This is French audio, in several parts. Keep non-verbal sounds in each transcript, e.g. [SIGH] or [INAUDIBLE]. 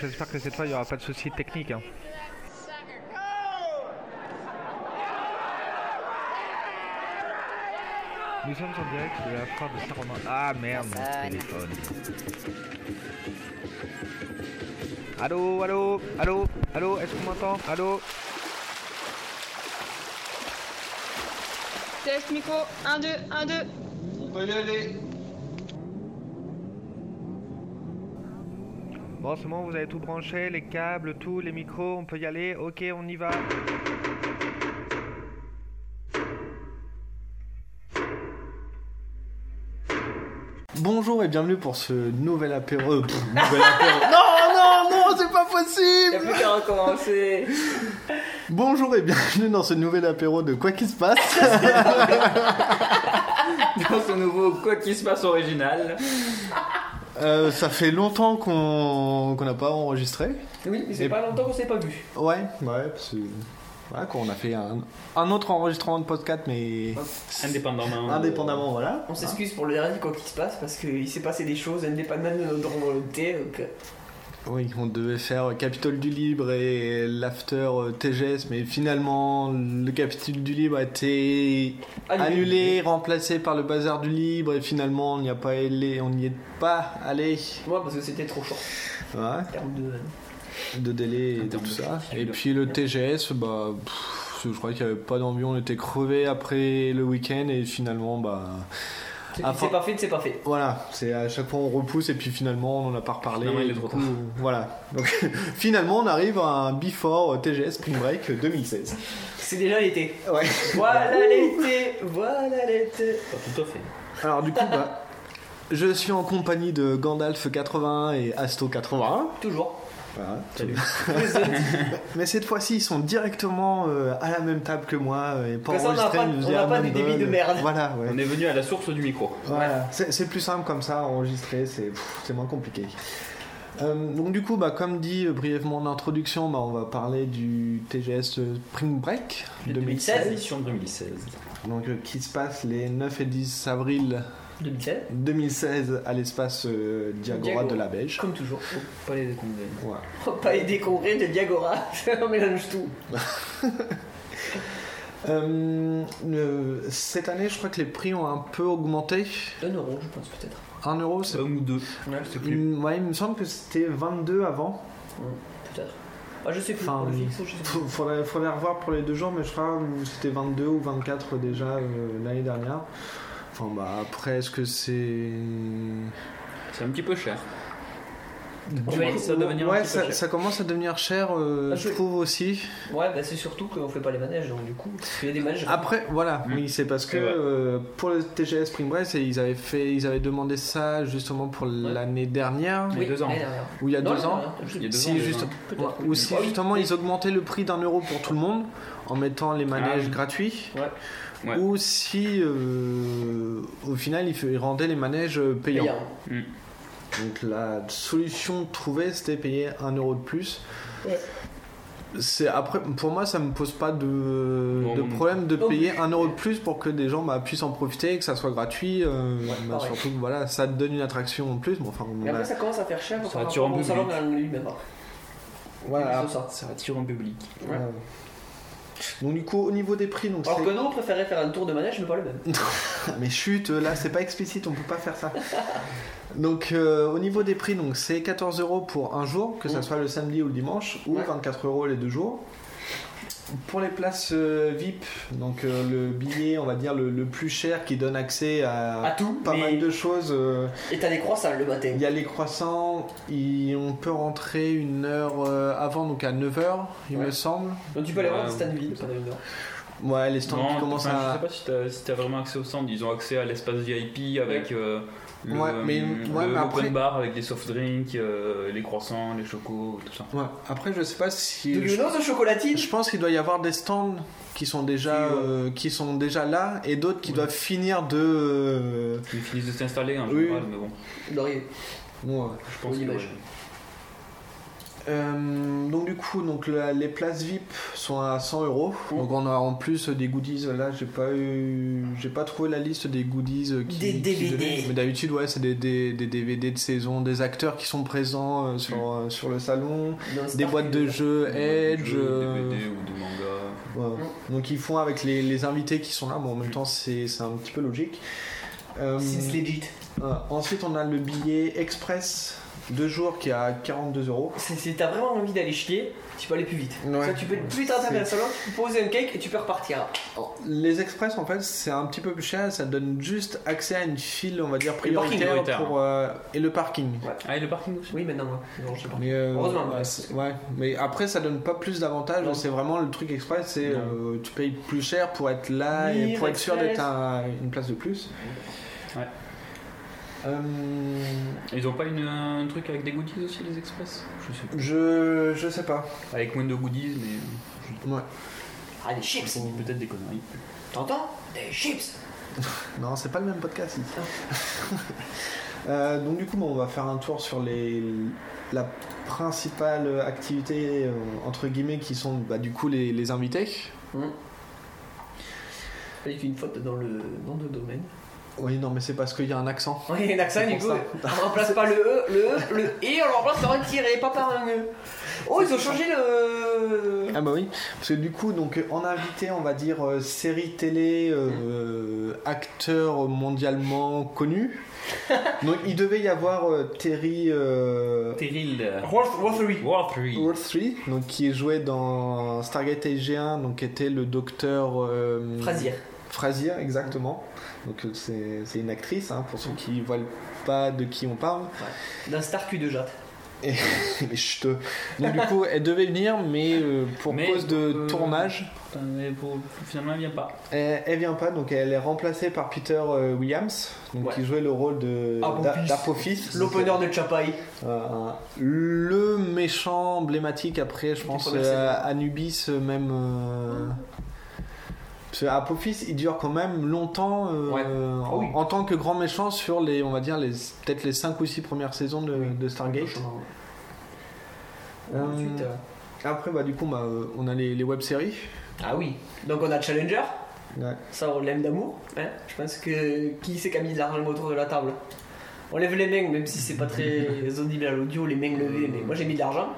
j'espère que cette fois, il n'y aura pas de soucis techniques. hein. Nous sommes en direct de la foire de Saint-Romain. Ah merde, mon téléphone. Allô, allô, allô, allô, est-ce qu'on m'entend Allô Test micro, 1, 2, 1, 2. On peut y aller. Bon, en ce moment, vous avez tout branché, les câbles, tout, les micros, on peut y aller. Ok, on y va. Bonjour et bienvenue pour ce nouvel apéro. euh, pff, nouvel apéro. [LAUGHS] non, non, non, c'est pas Y'a possible. plus qu'à recommencer. Bonjour et bienvenue dans ce nouvel apéro de quoi qu'il se passe. [LAUGHS] Dans ce nouveau Quoi qui se passe original. Euh, ça fait longtemps qu'on qu'on n'a pas enregistré. Oui, mais c'est Et- pas longtemps qu'on s'est pas vu. Ouais, ouais, parce que voilà, quoi, on a fait un, un autre enregistrement de podcast, mais Indépendamment. indépendamment, voilà. On s'excuse pour le dernier Quoi qui se passe parce qu'il s'est passé des choses indépendantes de notre volonté. Donc... euh, Oui, on devait faire Capitole du Libre et l'after euh, TGS, mais finalement le Capitole du Libre a été annulé, remplacé par le bazar du libre et finalement on n'y a pas allé, on n'y est pas allé Moi parce que c'était trop short Ouais, en termes de. de délai et En de termes tout de ça. fatigue. Et puis le TGS, bah pff, je crois qu'il n'y avait pas d'envie, on était crevé après le week-end et finalement bah C'est Ah, fin- c'est pas fait, c'est pas fait. voilà, c'est à chaque fois on repousse et puis finalement on n'en a pas reparlé. Finalement, il est Et du trop coup, Voilà, donc [LAUGHS] finalement on arrive à un before TGS Spring Break 2016. C'est déjà l'été. Ouais. Voilà l'été, voilà l'été. Pas tout à fait. Alors du coup bah je suis en compagnie de Gandalf 81 et Asto 81. Toujours. Voilà. Mais cette fois-ci, ils sont directement euh, à la même table que moi euh, et pas Comme ça, on n'a enregistrés, pas- ils nous on faisaient n'a un pas des mumble. débits de merde. Voilà, ouais. On est venu à la source du micro. Voilà. C'est c'est plus simple comme ça, enregistrer, c'est pff, c'est moins compliqué. Euh, donc du coup, bah, comme dit euh, brièvement en introduction, bah, on va parler du TGS euh, Spring Break 2016. Édition 2016. donc, euh, qui se passe les 9 et 10 avril 2007. 2016 à l'espace euh, Diagora Diagora. de la Belge. Comme toujours. Oh, pas les congrès. Voilà. Oh, pas les décongrès de Diagora. [LAUGHS] on mélange tout. Euh, euh, cette année, je crois que les prix ont un peu augmenté. Un euro, je pense peut-être. 1 euro, c'est Un ou deux. Ouais, Je sais Il, m- ouais, il me semble que c'était 22 avant. Peut-être. Ah, je sais plus. Enfin, on le oui. fixe, je sais plus. Faut- Faudrait, faudrait revoir pour les deux jours, mais je crois que c'était 22 ou 24 déjà euh, l'année dernière. Enfin bah après, est-ce que c'est... C'est un petit peu cher. On va laisser ça devenir un ouais, petit peu ça, cher. ça commence à devenir cher, euh, Ah, je je- trouve aussi. Ouais, bah c'est surtout qu'on fait pas les manèges, donc du coup, il y a des manèges. Après, voilà, Mm. oui, c'est parce que C'est vrai. euh, pour le TGS Spring Break, c'est- ils avaient, fait, ils avaient demandé ça justement pour l'année dernière, il y a deux ans. l'année dernière. ou il y a Non, deux l'année ans. dernière, je- Il y a deux Si, ans, il y a juste- deux ans. peut-être. Ouais, ou si Ah oui. justement ils augmentaient le prix d'un euro pour tout le monde en mettant les manèges Ah oui. gratuits. Ouais. Ouais. Ou si euh, au final ils, fe- ils rendaient les manèges euh, payants. Payant. Donc la solution trouvée c'était payer un euro de plus. Ouais. C'est après pour moi ça me pose pas de, de non, non. problème de Non payer plus. un euro de plus pour que des gens bah, puissent en profiter et que ça soit gratuit. euh, bah, pareil. Ah, surtout que, voilà ça te donne une attraction en plus. Bon, enfin, on Mais a- après, ça commence à faire cher Ça par attire rapport un au salon public. en lui-même. voilà. Plus de ça. Ça attire un public. Ouais. Voilà. Donc du coup au niveau des prix donc Alors c'est- que nous, on préférait faire un tour de manège, mais pas le même. Ah, Mais chut, là c'est pas explicite, on peut pas faire ça. Donc euh, au niveau des prix, donc c'est 14 euros pour un jour, que ça Mm. soit le samedi ou le dimanche, ou Ouais. 24 euros les deux jours. Pour les places euh, VIP, donc euh, le billet, on va dire le, le plus cher qui donne accès à, À tout, pas mais- mal de choses. euh, Et t'as des croissants le matin. Il y a les croissants, il- on peut rentrer une heure euh, avant, donc à 9h, il Ouais. me semble. Donc tu peux aller voir Ouais. des stands vides pendant une heure. Ouais, les stands qui commencent enfin, à. Je sais pas si t'as si t'as vraiment accès au stand. Ils ont accès à l'espace VIP avec euh, le, euh, Ouais, mais- le- ouais, mais l'open après- bar avec les soft drinks, euh, les croissants, les chocos, tout ça. Ouais. Après, je sais pas si. De je- l'unos de chocolatine Je pense qu'il doit y avoir des stands qui sont déjà, Si, ouais. euh, qui sont déjà là et d'autres qui Ouais. doivent finir de. euh, Ils finissent de s'installer en Oui. général, mais bon. Non, il- ouais. Je pense Oui, que bah, ouais. je- Euh, donc du coup, donc la- les places VIP sont à 100 euros. Donc on a en plus des goodies. Là, j'ai pas eu, j'ai pas trouvé la liste des goodies euh, qui. Des qui DVD. donnaient. Mais d'habitude, ouais, c'est des, des, des DVD de saison, des acteurs qui sont présents euh, sur, euh, sur le salon, des boîtes de jeux Edge. euh, DVD ou de manga. Ouais. Donc ils font avec les, les invités qui sont là, mais en même temps c'est c'est un petit peu logique. Euh, C'est legit. euh, ensuite on a le billet express deux jours qui est à 42 euros. C'est- Si t'as vraiment envie d'aller chier, tu peux aller plus vite. Ouais. Ça, tu peux plus tard t'appeler un salon, tu peux poser un cake et tu peux repartir. Les express en fait c'est un petit peu plus cher, ça donne juste accès à une file on va dire Et le parking, prioritaire prioritaire. pour, euh, et le parking. Ah, et le parking aussi Oui, maintenant, ouais. Genre, je sais pas. Mais euh, Heureusement, ouais, ouais. c'est- ouais. mais après ça donne pas plus d'avantages, Non. c'est vraiment le truc express, c'est Non. euh, tu payes plus cher pour être là et Lire, pour être sûr d'être express. à une place de plus. Ouais. Euh, Ils ont pas une, un truc avec des goodies aussi, les express Je sais Je, je sais pas. pas. Avec moins de goodies, mais. Ouais. Ah, des chips euh, on dit Peut-être des conneries. T'entends Des chips Non, c'est pas le même podcast. ici. Euh, donc du coup, bon, on va faire un tour sur les la principale activité euh, entre guillemets qui sont bah, du coup les, les invités. Fallait une faute dans le nom de domaine. Oui, non, mais c'est parce qu'il y a un accent. Oui, l'accent, C'est du pour coup, on remplace pas le E, le E, le E, on le remplace par un tiré, pas par un E. Oh, ils ont changé le. Ah bah oui, parce que du coup, donc en invité, on va dire euh, série télé, euh, acteur mondialement [LAUGHS] connu. donc il devait y avoir euh, Terry euh, Terril. Rolf- Rolfery. War 3. World 3, donc qui est joué dans Stargate SG1, donc qui était le docteur euh, Frasier. Frasier, exactement. Donc euh, c'est c'est une actrice, hein, pour ceux qui ne voient pas de qui on parle. [LAUGHS] D'un star cul de jatte. mais chut. Donc du coup, elle devait venir, mais euh, pour Mais, cause de euh, tournage, Mais pour- finalement, il vient pas. elle, elle vient pas, donc elle est remplacée par Peter euh, Williams, donc Ouais. qui jouait le rôle de Apophis. d'A- d'Apophis. L'opener de Chapai. Euh, le méchant emblématique après, je Les pense, premières euh, saisons. Anubis, euh, même. euh, Parce que Apophis, il dure quand même longtemps euh, Ouais. en, Ah oui. en tant que grand méchant sur les, on va dire, les peut-être les 5 ou 6 premières saisons de, de Stargate. Euh, Ensuite, euh, Après, bah, du coup, bah, euh, on a les, les web-séries. Ah oui. Donc on a Challenger. Ouais. Ça, on l'aime d'amour. hein. Je pense que qui c'est qui a mis de l'argent autour de la table On lève les mains, même si c'est pas très [LAUGHS] audible à l'audio, les mains levées. Mais moi j'ai mis de l'argent.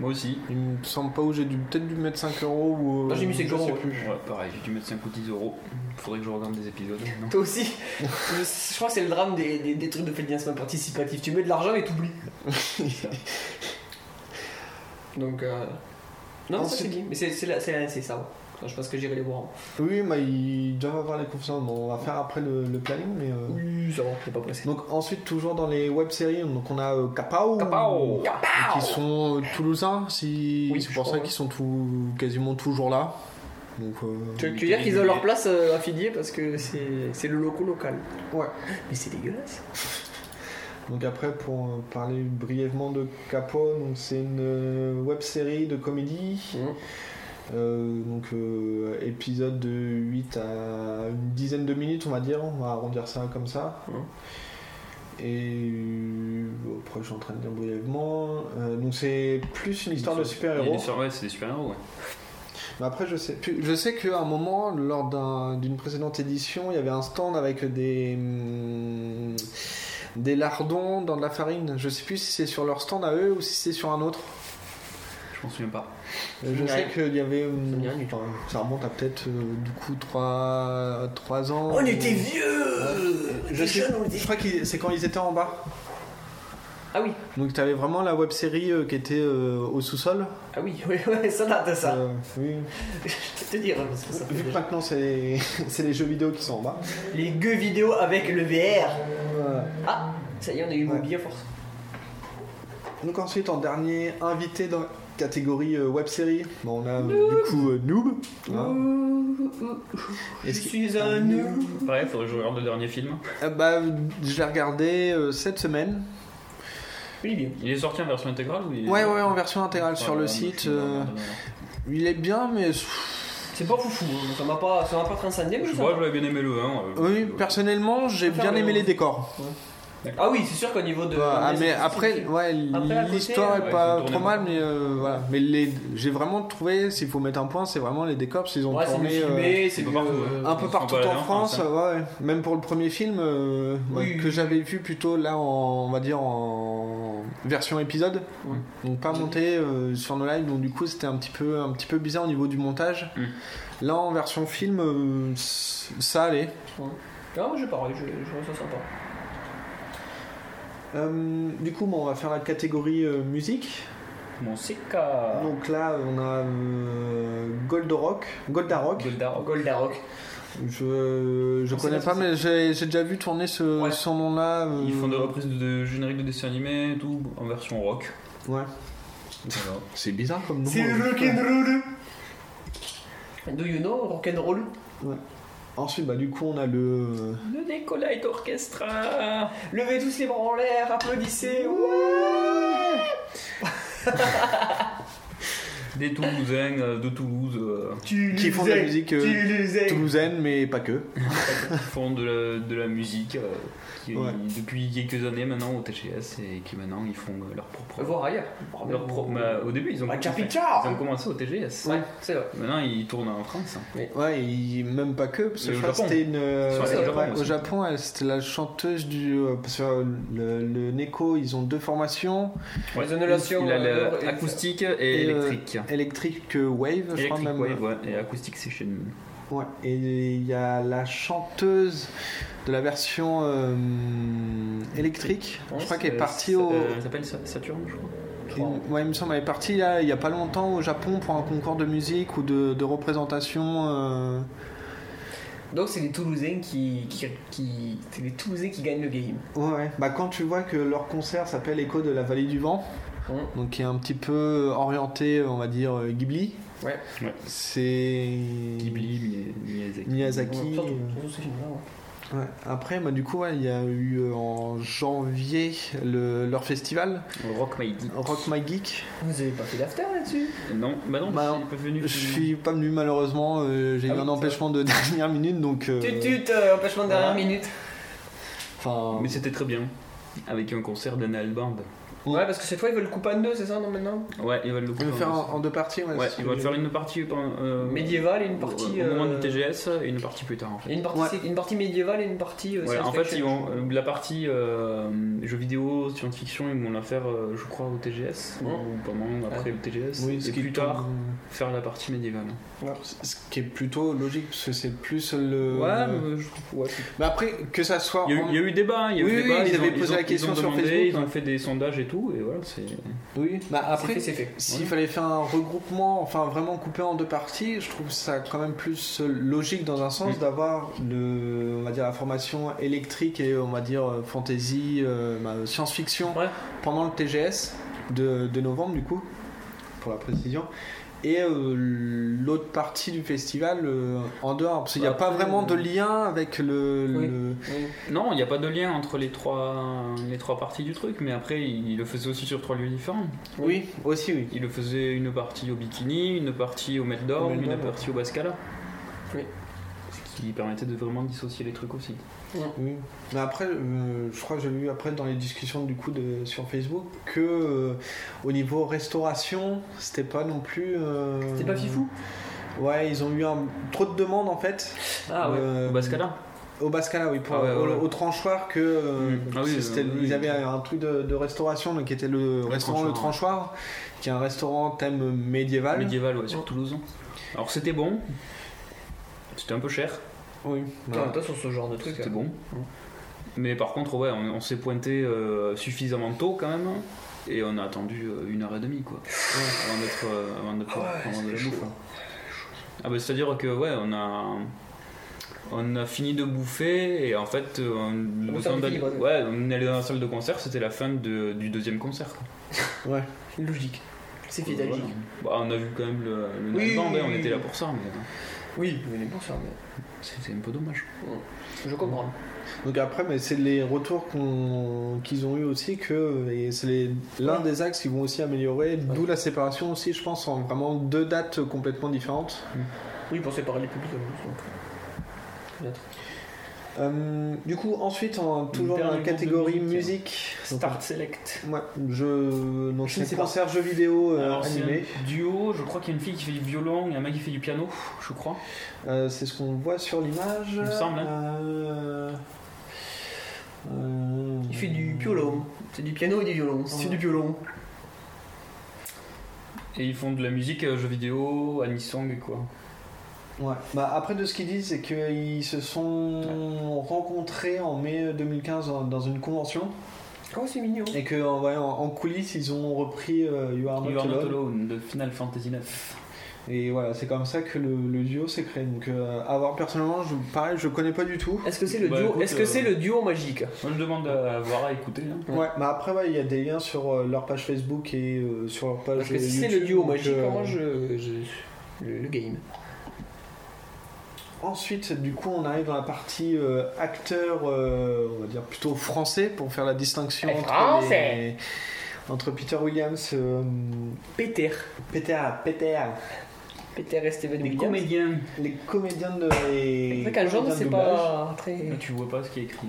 Moi aussi. Il me semble pas où j'ai dû peut-être dû mettre 5 euros ou. euh, Moi j'ai mis 5 je sais euros. plus. Ouais, pareil, j'ai dû mettre 5 ou 10 euros. Faudrait que je regarde des épisodes. non Toi aussi. je, je crois que c'est le drame des, des- des trucs de financement participatif. Tu mets de l'argent et [LAUGHS] t'oublies. Donc. euh, Non, mais ça c'est Ensuite- dit. Mais c'est c'est la c'est la- c'est ça. ouais. Je pense que j'irai les voir. Oui, bah, ils doivent avoir les conférences. Bon, on va faire après le, le planning, mais. euh, Oui, ça va, t'es pas pressé. Donc ensuite toujours dans les web-séries, donc on a euh, Capao, Capao. qui sont euh, toulousains, si Oui, c'est je pour ça crois. qu'ils sont tout, quasiment toujours là. Donc euh, Tu, tu veux dire qu'ils ont leur place euh, affiliée parce que c'est c'est le loco local. Ouais. Mais c'est dégueulasse. Donc après, pour euh, parler brièvement de Capo, donc c'est une euh, web série de comédie. Mhm. Euh, donc euh, épisode de 8 à une dizaine de minutes, on va dire. On va arrondir ça comme ça. Mhm. Et euh, bon, après, je suis en train de dire brièvement. Euh, donc c'est plus une histoire de Il y a super-héros. des sur- Ouais, c'est des super-héros, ouais. Mais après, je sais, plus- je sais qu'à un moment, lors d'un- d'une précédente édition, il y avait un stand avec des, hum, des lardons dans de la farine. Je sais plus si c'est sur leur stand à eux ou si c'est sur un autre. Je m'en souviens pas. Euh, Je Ouais. sais qu'il y avait. hum, Ça me dit rien du hein. enfin, ça remonte à peut-être euh, du coup 3, trois ans. On Ou- était vieux Je, sais- jeune, on je était- crois que c'est quand ils étaient en bas. Ah oui, Donc tu avais vraiment la web série qui était euh, au sous-sol. ah oui, [LAUGHS] oui, oui, ça date de ça. Euh, oui. Je te dire, hein, parce que Ah. ça fait Vu que déjà- maintenant c'est [LAUGHS] c'est les jeux vidéo qui sont en bas. Les gueux vidéo avec le VR. Euh, Ah, ça y est, on a eu Ouais. Moby à force. Donc ensuite en dernier invité dans la catégorie euh, web série, on a euh, du coup euh, Noob. hein. Ouh, ouh, Je Est-ce que- Ah, suis un nous. Pareil, faudrait que je regarde le dernier film. Euh, bah, je l'ai regardé euh, cette semaine. Il est bien. Il est sorti en version intégrale ou il est- Ouais ouais en version intégrale Ouais, sur le ouais, site. je me euh, suis- il est bien mais pff, C'est pas foufou, hein. ça m'a pas, ça m'a pas transcendé, mais Je ça sais pas, va. j'avais bien aimé le 1. euh, oui euh, personnellement j'ai bien Préfère le- aimé les décors. Ah oui, c'est sûr qu'au niveau de. Ouais, ah, mais c'est- après, c'est- ouais, Après, à côté, l'histoire ouais, est pas ils ont tourné trop mal, mais euh, voilà. Mais les, j'ai vraiment trouvé, s'il faut mettre un point, c'est vraiment les décors, parce qu'ils ont Ouais, c'est mieux tourné euh, filmé, c'est un peu mieux, partout, euh, ouais. un Ils peu sont partout pas allés en en France, France, ouais. Même pour le premier film, euh, ouais, Oui. que j'avais vu plutôt là, en, on va dire en version épisode, Ouais. donc pas monté euh, sur nos lives, donc du coup c'était un petit peu, un petit peu bizarre au niveau du montage. Mm. Là, en version film, euh, c- ça allait. Non, moi j'ai pareil, je, je trouve ça sympa. Euh, du coup, bon, on va faire la catégorie euh, musique. Mon Sika. Donc là, on a euh, Goldarock. Goldarock. Goldarock. Goldarock. Je, je On connais sait pas pas, ce mais j'ai j'ai déjà vu tourner ce, Ouais. son nom-là. euh, Ils font des reprises de, de génériques de dessins animés et tout en version rock. Ouais. Voilà. C'est bizarre comme nom. C'est hein. euh. rock'n'roll. Do you know rock'n'roll Ensuite, bah, du coup, on a le. Le Décolite Orchestra Levez tous les bras en l'air, applaudissez Des Toulousains euh, de Toulouse euh, Tu Qui font de la musique, euh, Toulouse. Toulousaine, mais pas que. qui font de la, de la musique euh, qui- Ouais. depuis quelques années maintenant au TGS et qui maintenant ils font euh, leur propre. Voir ailleurs. leur pro- bah, au début ils ont, Machu commencé, Picchu ils ont commencé au TGS. Ouais, c'est vrai. Maintenant ils tournent en France. hein. Ouais, et même pas que, parce que Et je au crois que Japon. c'était une. euh, Sur- au Japon ouais, aussi. au Japon, elle, c'était la chanteuse du. euh, Parce que euh, le, le Neko, ils ont deux formations. Les ondulations, Il a euh, le et- acoustique et, et, euh, électrique. Electric Wave, je crois Electric même. euh, Wave ouais, et Acoustic Session. Ouais, et il y a la chanteuse de la version euh, électrique, je crois qu'elle est partie au. Elle euh, s'appelle Sa- Saturne, je crois. il- ouais, il me semble, elle est partie là, il n'y a pas longtemps au Japon pour un concours de musique ou de, de représentation. euh, Donc c'est les Toulousains qui, qui, qui- c'est les Toulousains qui gagnent le game. Ouais, ouais. Bah, quand tu vois que leur concert s'appelle Écho de la Vallée du Vent, Ouais. donc qui est un petit peu euh, orienté, on va dire, euh, Ghibli. Ouais. Ouais. C'est. Ghibli, Mie- Miyazaki. Miyazaki. Ouais, surtout- euh, surtout ce film-là, ouais. Ouais. Après, bah, du coup, ouais, il y a eu euh, en janvier le- leur festival, Rock Mighty. Rock My Geek. Vous avez pas fait d'after là-dessus Non, bah non, Bah non. c'est pas venu. Je suis pas venu malheureusement, euh, j'ai Ah eu oui, un c'est empêchement de [LAUGHS] dernière minute donc. euh, Tut tut, euh, empêchement de dernière ouais. minute. Enfin. Mais c'était très bien. Avec un concert d'Anna Alband. Ouais, parce que cette fois ils veulent couper en deux, c'est ça non maintenant Ouais, ils veulent On le couper va en faire deux. en, en deux parties, ouais. Ouais, c'est ils ce veulent que faire j'ai- une partie euh, Médiévale et une au- partie. au moment euh, du TGS et une partie plus tard en fait. et Une partie, Ouais. c'est- une partie médiévale et une partie. euh, Ouais, en fait, science-fiction. ils vont, euh, la partie euh, jeux vidéo, science-fiction, ils vont la faire, euh, je crois, au TGS, Ouais. ou pendant, après le TGS, Oui, ce et qui plus est- tard, faire la partie médiévale. Ce qui est plutôt logique parce que c'est plus le. Ouais, euh, mais je trouve- ouais, Mais après, que ça soit. Il y, a en- eu, il y a eu débat, il y a Ah, eu Oui, oui, débat, ils avaient posé la ont question sur demandé, Facebook, hein. Ils ont ouais. fait des sondages et tout, et voilà, c'est. Oui, bah C'est Ah, après, fait, c'est fait. s'il Voilà. fallait faire un regroupement, enfin vraiment coupé en deux parties, je trouve ça quand même plus logique dans un sens Mm. d'avoir le, on va dire la formation électrique et on va dire euh, fantasy, euh, bah, science-fiction Ouais. pendant le TGS de, de novembre du coup, pour la précision. Et euh, l'autre partie du festival euh, en dehors, parce qu'il n'y a Après, pas vraiment de euh, lien avec le. oui. le- Oui. Non, il n'y a pas de lien entre les trois, les trois parties du truc, mais après, ils le faisaient aussi sur trois lieux différents. Oui, aussi oui. Ils le faisaient une partie au bikini, une partie au Met d'Or, Au Met une d'Or, ouais. partie au Bascala. Oui. Ce qui permettait de vraiment dissocier les trucs aussi. Oui. Mais après, euh, je crois que j'ai lu après dans les discussions du coup de, sur Facebook que euh, au niveau restauration, c'était pas non plus. euh, C'était pas fifou Ouais, ils ont eu un- trop de demandes en fait. Ah ouais. Euh, Au Bascala Au Bascala, oui, pour, Ah ouais, ouais, au, ouais. au tranchoir que euh, Mm. Ah oui, c'était- euh, ils oui. avaient un truc de, de restauration donc, qui était le, restaurant tranchoir, Le Tranchoir, qui est un restaurant thème médiéval. Médiéval, ouais, sur Toulouse. Alors c'était bon. C'était un peu cher. Oui. En même temps, sur ce genre de truc. C'était euh, bon. Mais par contre, ouais, on, on s'est pointé euh, suffisamment tôt quand même. hein. Et on a attendu euh, une heure et demie, quoi. Avant d'être. euh, avant de pouvoir ouais, prendre de la c'est bouffe. chaud. hein. Ah bah, c'est-à-dire que, ouais, on a. On a fini de bouffer et en fait, euh, on, le s'est temps d'aller- libre. ouais, on est allé dans la salle de concert, c'était la fin de- du deuxième concert. quoi. Logique. C'est fidélique. Voilà. Bah, on a vu quand même le, le Oui, Nalband, oui, hein, on oui, était oui. là pour ça, mais euh, Oui, mais les bons ça, mais c'était un peu dommage. je comprends. Donc après, mais c'est les retours qu'on- qu'ils ont eu aussi que et c'est les- l'un des axes qu'ils vont aussi améliorer, d'où la séparation aussi, je pense, en vraiment deux dates complètement différentes. Oui, pour séparer les publics. euh, donc, Peut-être. Euh, du coup, ensuite, on, toujours dans la Dernier groupe de catégorie musique, musique. Start Select. Ouais, je. Donc, Je ne c'est sais pas. concert jeux vidéo euh, Alors, c'est animé. un duo, je crois qu'il y a une fille qui fait du violon et un mec qui fait du piano, je crois. Euh, c'est ce qu'on voit sur l'image. me semble, hein. Euh, euh, Il fait du violon. C'est du piano et du violon. C'est du violon. Et ils font de la musique, euh, jeux vidéo, anisong et quoi. Ouais. Bah, après, de ce qu'ils disent, c'est qu'ils se sont rencontrés en mai 2015 dans, dans une convention Oh, c'est mignon. et que en, ouais, en- en coulisses, ils ont repris euh, You Are Not You Are Not Alone. Alone de Final Fantasy 9. Et voilà, c'est comme ça que le, le duo s'est créé. Donc, euh, à voir personnellement, je, pareil, je connais pas du tout. Est-ce que c'est le Bah, duo écoute, Est-ce que euh, c'est le duo magique Moi je demande à voir à écouter. hein. Ouais. Ouais, mais après, ouais, il y a des liens sur euh, leur page Facebook et euh, sur leur page. Parce que si YouTube, c'est le duo donc, magique, euh, moi je. je- Le, le game. Ensuite, du coup, on arrive à la partie euh, acteur, euh, on va dire plutôt français, pour faire la distinction Et entre, français. les- entre Peter Williams, euh, Peter. Peter, Peter, Peter et Steven Les Williams. comédiens. les comédiens de. C'est les vrai qu'un genre, comédiens de c'est doublage. pas très. Là, Ah, tu vois pas ce qui est écrit.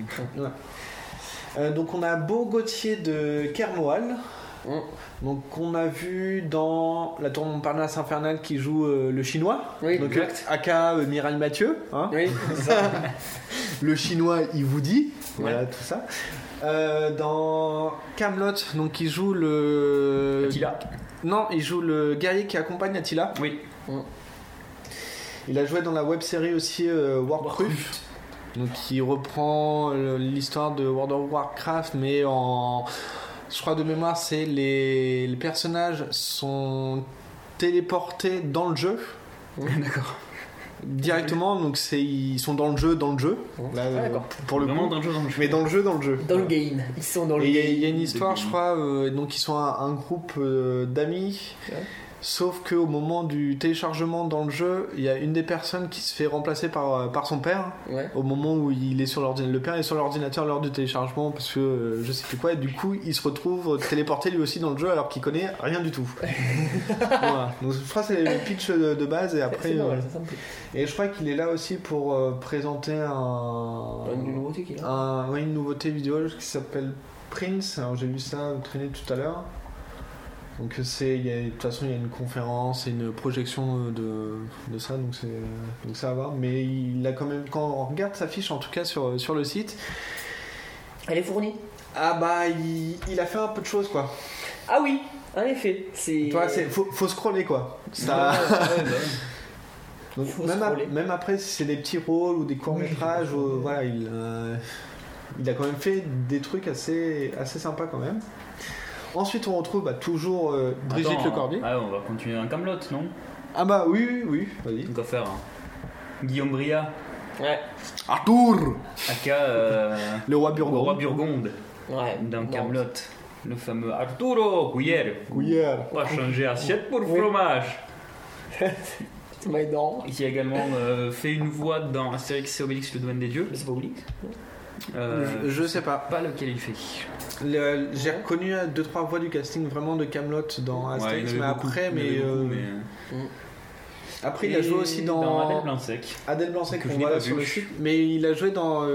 Euh, donc, on a Beau Gauthier de Kernoal. Mm. Donc, on a vu dans La Tour Montparnasse Infernale qui joue euh, le chinois. Oui, donc, exact. Aka euh, Mireille Mathieu. hein. Oui, c'est ça. le chinois il vous dit voilà tout ça Euh, dans Camelot donc il joue euh, le Attila. non il joue le guerrier qui accompagne Attila Oui. il a joué dans la web série aussi euh, Warcraft donc il reprend euh, l'histoire de World of Warcraft mais en je crois de mémoire c'est les... les personnages sont téléportés dans le jeu [LAUGHS] D'accord. directement donc c'est ils sont dans le jeu dans le jeu Là, Ah, euh, d'accord. pour le Vraiment coup dans le jeu, dans le jeu. mais dans le jeu dans le jeu Dans le game. Ils sont dans le Et il y a- game. il y, a une Des histoire, games. je crois, euh, donc ils sont un, un groupe euh, d'amis. Ouais. Sauf qu'au moment du téléchargement dans le jeu, il y a une des personnes qui se fait remplacer par, euh, par son père Ouais. au moment où il est sur l'ordinateur. Le père est sur l'ordinateur lors du téléchargement parce que euh, je sais plus quoi. Et du coup, il se retrouve téléporté lui aussi dans le jeu alors qu'il connaît rien du [LAUGHS] tout. voilà. Donc je crois que c'est le pitch de, de base et C'est- après. C'est normal, euh, ça, ça me plaît. et je crois qu'il est là aussi pour euh, présenter un Une nouveauté qu'il a. un- ouais, Ah, une nouveauté vidéo qui s'appelle Prince. Alors j'ai vu ça traîner tout à l'heure. Donc euh, c'est, il y a- de toute façon il y a une conférence et une projection euh, de, de ça, donc c'est euh, donc ça à voir. Mais il a quand même, quand on regarde sa fiche en tout cas sur, sur le site, Elle est fournie. ah bah il, il a fait un peu de choses quoi. Ah oui, en effet. C'est. Tu vois, c'est faut, faut scroller quoi. Ça. [LAUGHS] Ouais, bah ouais. Donc, Faut même, ap- scroller. même après, si c'est des petits rôles ou des courts métrages, Oui, faut voilà, il, euh, il a quand même fait des trucs assez, assez sympas quand même. Ensuite, on retrouve bah, toujours euh, Brigitte Attends, Lecordier. Ah, on va continuer un Camelot, non Ah bah oui, oui, oui, vas-y. Donc à faire. hein. Guillaume Bria, Ouais. Arthur aka euh, Le roi le Burgon. roi Burgonde Ouais. dans Non. Camelot. Le fameux Arturo Cuyer. Couillère. On va changer assiette pour le fromage. C'est pas énorme. Qui a également euh, fait une voix dans Astérix et Obélix, le domaine des dieux. Mais c'est pas Obélix. Euh, Je, je sais pas. pas lequel il fait. Le- J'ai reconnu euh, deux trois voix du casting vraiment de Camelot dans Astérix, mais après, mais, euh, après il a joué aussi dans, Adèle Blanc-Sec. Adèle Blanc-Sec Que je qu'on n'ai voit pas sur vu. le site, mais il a joué dans euh,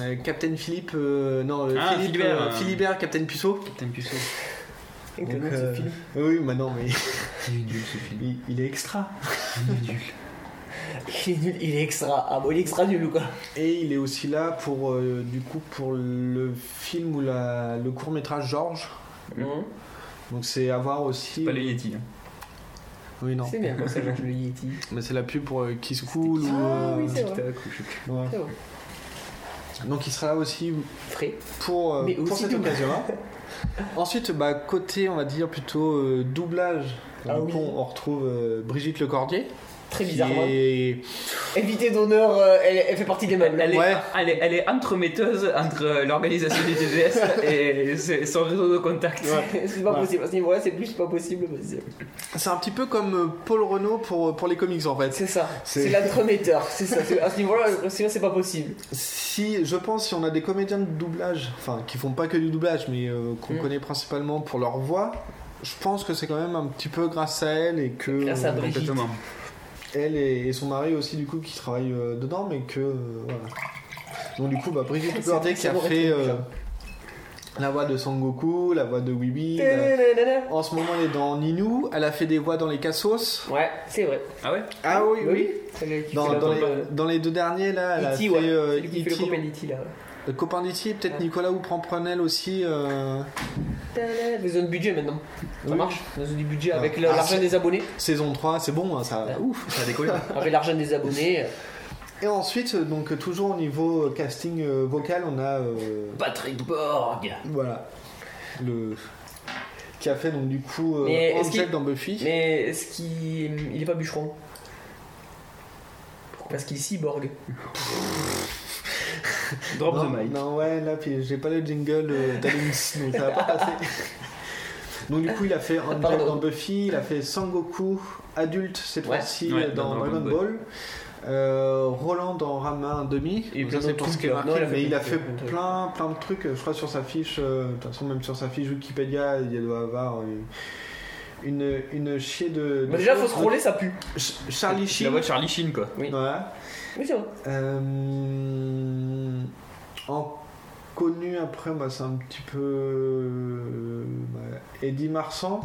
euh, Captain Philippe, euh, non euh, Ah, Philippe, Philibert, euh, hein. Philibert, Captain Puceau. Captain Puceau. Et que Donc, non, c'est euh, fini. Oui, mais non, mais Il est nul ce film. il, il est extra. Il est nul. [LAUGHS] Il est nul, il est extra. Ah bon, il est extra nul ou quoi Et il est aussi là pour euh, du coup pour le film ou la, le court métrage Georges. Hum. Donc c'est à voir aussi. Pas les Yeti. hein. Oui non, C'est bien quoi ça, Georges le Yeti. mais c'est la pub pour euh, Kiss Cool Kiss ou. euh, Ah, oui, c'est vrai. Tic-tac ou je sais plus. ouais. C'est bon. Donc il sera là aussi Frais. pour, euh, Mais pour aussi cette double. [LAUGHS] occasion-là. Ensuite, bah, côté, on va dire plutôt euh, doublage, Ah du oui. coup, on retrouve euh, Brigitte Lecordier. Très qui bizarrement. est- Invitée d'honneur, euh, elle, elle fait partie des mêmes. Elle est, Ouais. elle est, elle est entremetteuse entre euh, l'organisation du TGS et ses- son réseau de contacts. [LAUGHS] c'est pas Ouais. possible. À ce niveau-là, c'est plus pas possible. possible. C'est un petit peu comme euh, Paul Renault pour, pour les comics en fait. C'est ça. C'est- C'est l'entremetteur. C'est ça. C'est- À ce niveau-là, euh, sinon, c'est pas possible. Si, je pense, si on a des comédiens de doublage, enfin, qui font pas que du doublage, mais euh, qu'on Mm. connaît principalement pour leur voix. Je pense que c'est quand même un petit peu grâce à elle et que Grâce à euh, Brigitte. Complètement. elle et, et son mari aussi du coup qui travaillent euh, dedans mais que euh, voilà. Donc du coup, bah, Brigitte [LAUGHS] C'est Bourdieu très qui a savoureté, fait euh, déjà. la voix de Sangoku, la voix de Weeby. la- Euh. Tadadadada. En ce moment, elle est dans Ninou. Elle a fait des voix dans les Cassos. Ouais, c'est vrai. Ah ouais Ah oui, oui. Celle qui fait Dans, la dans tombe, les, euh, dans les deux derniers, là, elle a E.T., fait, E ouais. euh, Celui qui fait le E.T. copain d'E.T. là. Le copain d'E.T., peut-être Ouais. Nicolas ou Pramprenel aussi. euh, Tadadada. Des zones budget maintenant. Ça Oui. marche Des zones du budget Ah. avec la- Ah, l'argent c'est- des abonnés. Saison 3, c'est bon, hein, ça. Ouais. Ouf. Ça a décollé. Avec l'argent des abonnés. euh, Et ensuite, donc, toujours au niveau euh, casting euh, vocal, on a. euh, Patrick Borg. Voilà. Le. Qui a fait donc du coup euh, Mais est-ce Angel qu'il- dans Buffy. Mais est-ce qu'il il est pas bûcheron Pourquoi Parce qu'il est cyborg. Drop non, the mic. non, ouais, là, puis j'ai pas le jingle euh, d'Alix, donc ça [LAUGHS] va pas passer. Donc du coup, il a fait Angel Ah, Pardon. dans Buffy, il a fait Sangoku adulte cette Ouais. fois-ci Ouais, dans, Dragon Ball, Euh, Roland dans Rama 1,5. Et Donc plein ça, c'est d'autres pour ce trucs, qui est là. marqué, Non, il a fait mais il a plein de fait trucs. plein, plein de trucs. Je crois sur sa fiche, euh, de toute façon, même sur sa fiche Wikipédia, il doit avoir euh, une, une chier de. de Bah déjà, faut choses. scroller, ça pue. Ch- Charlie C'est la Sheen. voix de Charlie Sheen quoi. Voilà. Oui, c'est vrai. Euh, en connu après, bah, c'est un petit peu euh, bah, Eddie Marsan.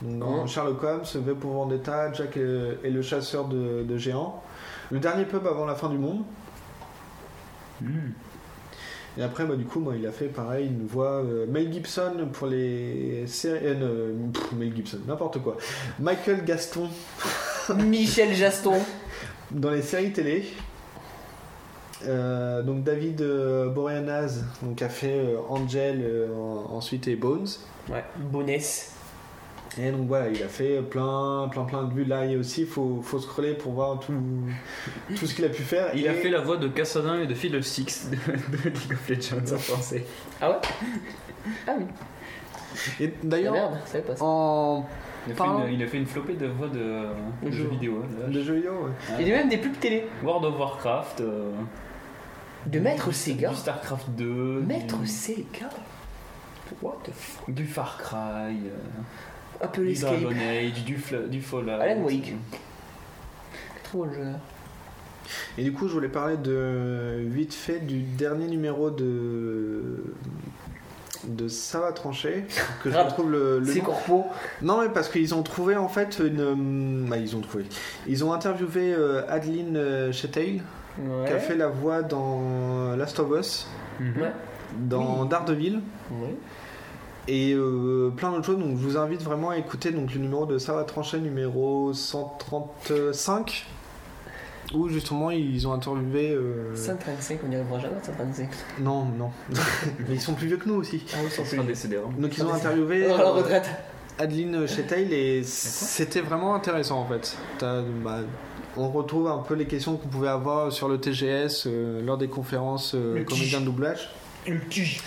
Donc, dans Mhm. Sherlock Holmes, V pour Vendetta, Jack euh, et, le chasseur de, de géants. Le dernier pub avant la fin du monde. Hmm. Et après, bah, du coup, moi, il a fait pareil une voix euh, Mel Gibson pour les séries. euh, ne- pff, Mel Gibson, n'importe quoi. Michael Gaston Michel Jaston. dans les séries télé. euh, donc David euh, Boreanaz donc a fait euh, Angel euh, en- ensuite et Bones Ouais, Bonesse. et donc voilà il a fait plein plein plein de vues là et aussi faut faut scroller pour voir tout tout ce qu'il a pu faire Il Et a fait la voix de Cassadin et de Fiddle Six [LAUGHS] de, de League of Legends en français. Ah ouais Ah oui. et Ah d'ailleurs merde, ça savais pas ça. en Il a, fait Pardon une, il a fait une flopée de voix de, de jeu. jeux vidéo. hein, là. de jeux vidéo ouais. Il y a même des pubs télé. World of Warcraft. euh, De Maître du- Sega. Du Starcraft 2. Maître du, Sega What the fuck du Far Cry. euh, Apple du Escape. Dragon Age. Du, Fla- du Fallout. Alan Wake. Trop bon le jeu. et du coup je voulais parler de vite fait du dernier numéro de de ça va trancher que je Grave. retrouve le, le C'est nom. corpo. Non, mais parce qu'ils ont trouvé en fait une. euh, Bah, ils ont trouvé. Ils ont interviewé euh, Adeline euh, Chetail, qui a Ouais. fait la voix dans Last of Us, Mhm. Ouais. dans Daredevil, Ouais. et euh, plein d'autres choses. Donc, je vous invite vraiment à écouter donc, le numéro de Ça va trancher, numéro 135, où justement ils ont interviewé. euh, 135, on n'y arrivera jamais à 135. Non, non. [LAUGHS] mais ils sont plus vieux que nous aussi. Ah oui, Il sera décédé avant. Donc, ils Ah, ont interviewé. Oh, la euh, retraite. Adeline Chetail et c'était vraiment intéressant en fait. T'as- bah, on retrouve un peu les questions qu'on pouvait avoir sur le TGS euh, lors des conférences euh, Le comédiens de doublage. Le tige.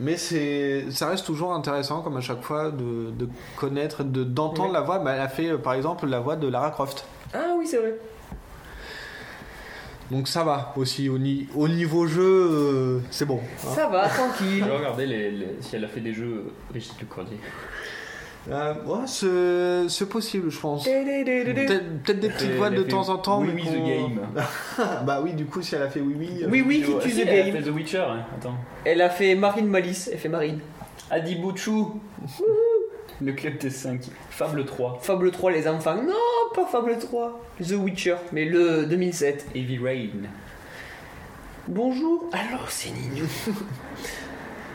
Mais c'est, ça reste toujours intéressant comme à chaque fois de, de connaître, de d'entendre Oui. la voix. Bah, elle a fait euh, par exemple la voix de Lara Croft. Ah oui, c'est vrai. Donc ça va aussi au, ni- au niveau jeu, euh, c'est bon. hein. Ça va, tranquille. [LAUGHS] Je vais regarder les- les- si elle a fait des jeux euh, Brigitte Lecordier. Euh, ouais, c'est, c'est possible je pense. Tédédédédé. Peut-être, peut-être des Elle petites fait- voix elle de a fait temps en temps. Oui, mais oui, The qu'on- Game. [LAUGHS] bah oui du coup si elle a fait oui oui. euh, Oui, oui, qui Ouais, tue si, The elle a Game. fait The Witcher. hein, Attends. Elle a fait Marine Malice. Elle fait Marine. Adibuchu. Le club des 5. Fable 3. Fable 3, les enfants. Non, pas Fable 3. The Witcher, mais le 2007. Heavy Rain. Bonjour, alors c'est Nino.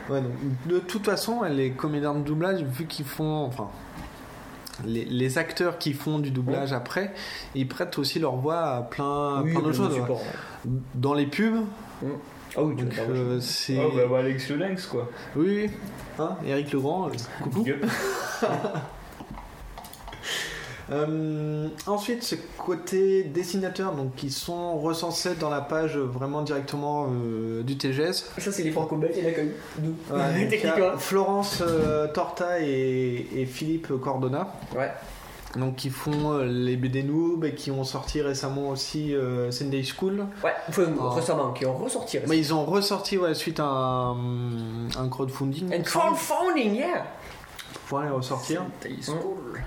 Ouais, donc, de toute façon, les comédiens de doublage, vu qu'ils font. Enfin. Les, les acteurs qui font du doublage après, ils prêtent aussi leur voix à plein, plein de choses. ouais. Dans les pubs, Ah oui, tu donc, vois, bah, euh, c'est. Oh, bah, bah, Alex Le Lynx, quoi. Oui, oui. Hein, Eric Legrand, euh, coucou. Big up. Euh, ensuite, ce côté dessinateur, donc qui sont recensés dans la page euh, vraiment directement euh, du TGS. je- Ça, c'est les franco-belges et l'accueil. Nous. Ouais, donc, il y [LAUGHS] Techniquement. a Florence euh, Torta et, et Philippe Cordona. Ouais. Donc qui font euh, les BD Noob et qui ont sorti récemment aussi euh, Sunday School. Ouais, enfin, Oh. récemment, qui ont ressorti. Mais ils ont ressorti ouais, suite à euh, un, un crowdfunding And pour crowdfunding, yeah! pouvoir les ressortir. Taille Hein. School.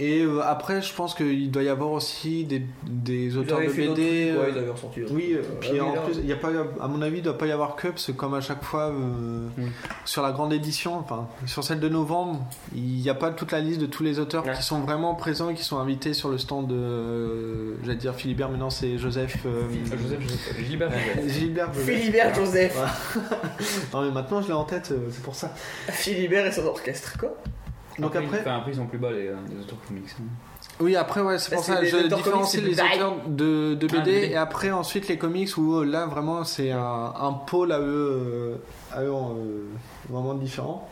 Et euh, après, je pense qu'il doit y avoir aussi des, des Ils auteurs avaient de fait d'autres BD. trucs, euh, ouais, ils avaient ressorti d'autres Oui, euh, trucs. puis Ah, en là, plus, il y a pas, à mon avis, il doit pas y avoir que, parce que comme à chaque fois, euh, Oui. sur la grande édition, enfin, sur celle de novembre, il n'y a pas toute la liste de tous les auteurs Ouais. qui sont vraiment présents et qui sont invités sur le stand de, euh, j'allais dire Philibert, mais non, c'est Joseph. euh, Joseph, Joseph, Gilbert, Gilbert. Gilbert. Joseph. Philibert Joseph, Non, mais maintenant, je l'ai en tête, euh, c'est pour ça. Philibert et son orchestre quoi. Donc Après, ils- après, enfin, après, ils sont plus bas les, euh, les auteurs comics. hein. oui, après, ouais, c'est pour Parce que ça, les je auteurs différencie comics, les c'est auteurs de, de Ah, BD, BD. et après, ensuite, les comics, où euh, là, vraiment, c'est un, un pôle à eux, euh, à eux euh, vraiment différent.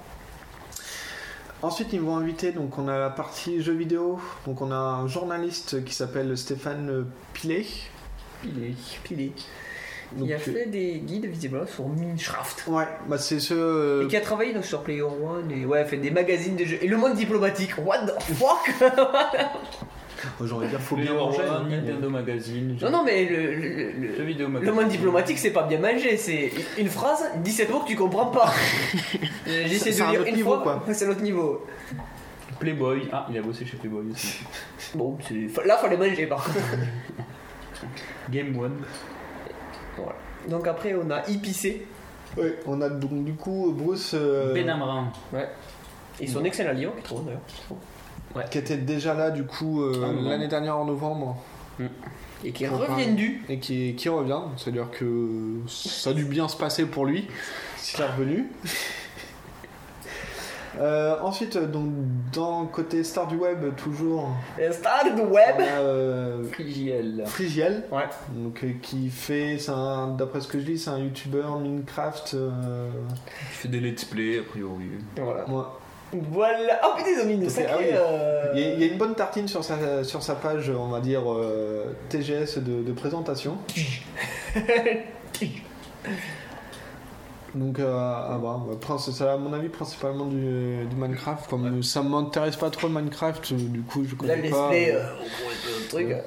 Ensuite, ils vont inviter, donc on a la partie jeux vidéo, donc on a un journaliste qui s'appelle Stéphane Pilet. Pilé, pilé. Donc, Il a euh, fait des guides visiblement sur Minecraft. Ouais, bah c'est ce. euh, Et qui a travaillé donc, sur Player One et ouais, fait des magazines de jeux. Et le monde diplomatique, what the fuck [LAUGHS] J'ai envie de dire, faut Player euh, bien One, manger. hein. Nintendo Magazine. Non, non, mais le, le- le- Jeux vidéo le magazine. monde diplomatique, c'est pas bien mangé, c'est une phrase, 17 mots que tu [LAUGHS] comprends pas. Euh, J'essaie C'est un de lire autre une niveau, fois, quoi. ouais, c'est l'autre niveau. Playboy. Ah, il a bossé chez Playboy aussi. Bon, c'est- fa- là, fallait manger par [LAUGHS] contre. Game One. Voilà. Donc après, on a IPC Ouais, on a donc du coup Bruce. euh, Benamran. et son excellent livre, qui est trop bon, d'ailleurs. qui était déjà là du coup euh, Ah, novembre. l'année dernière en novembre Et qui Trop reviennent du. et qui, qui revient, c'est-à-dire que ça a dû bien se passer pour lui s'il est revenu. Euh, ensuite, euh, donc dans côté star du web toujours, euh, Star du on web. a euh, Frigiel. Frigiel, Ouais. donc euh, qui fait, c'est un- d'après ce que je lis, c'est un youtubeur Minecraft. euh, Il fait des let's play a priori. Voilà. ouais. Voilà. Oh putain, ils ont mis une C'était- sacrée. ah oui. euh, Il y, a- il y a une bonne tartine sur sa, sur sa page, on va dire euh, TGS de- de [LAUGHS] présentation. Donc, euh, ah bah, bah, prince- ça à mon avis principalement du, du Minecraft. Comme euh, ça m'intéresse pas trop Minecraft, euh, du coup je Là, connais le let's pas. play, euh. euh, au gros, euh, truc. Ouais.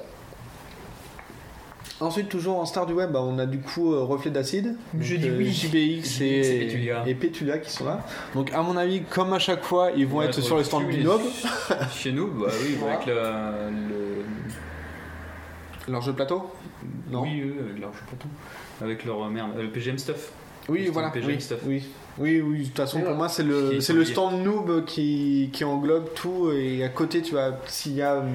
Ensuite, toujours en star du web, bah, on a du coup euh, Reflet d'acide. Je Donc, euh, dis oui. JBX et, C'est Pétulia. et Pétulia qui sont là. Donc, à mon avis, comme à chaque fois, ils vont Ouais, être pour sur le le stand cul, du les- Nob, Chez nous, bah oui, Voilà. avec la, le. leur jeu de plateau. Non. Oui, eux, avec leur. Je sais pas tout. Avec leur euh, merde. euh, Le PGM Stuff. Oui, Le voilà. stand PGM Oui, stuff. oui, oui, oui, de toute façon, Et pour voilà. moi, c'est Qui le, est c'est le sur stand noob qui, qui englobe tout. Et à côté, tu vois, s'il y a. hum,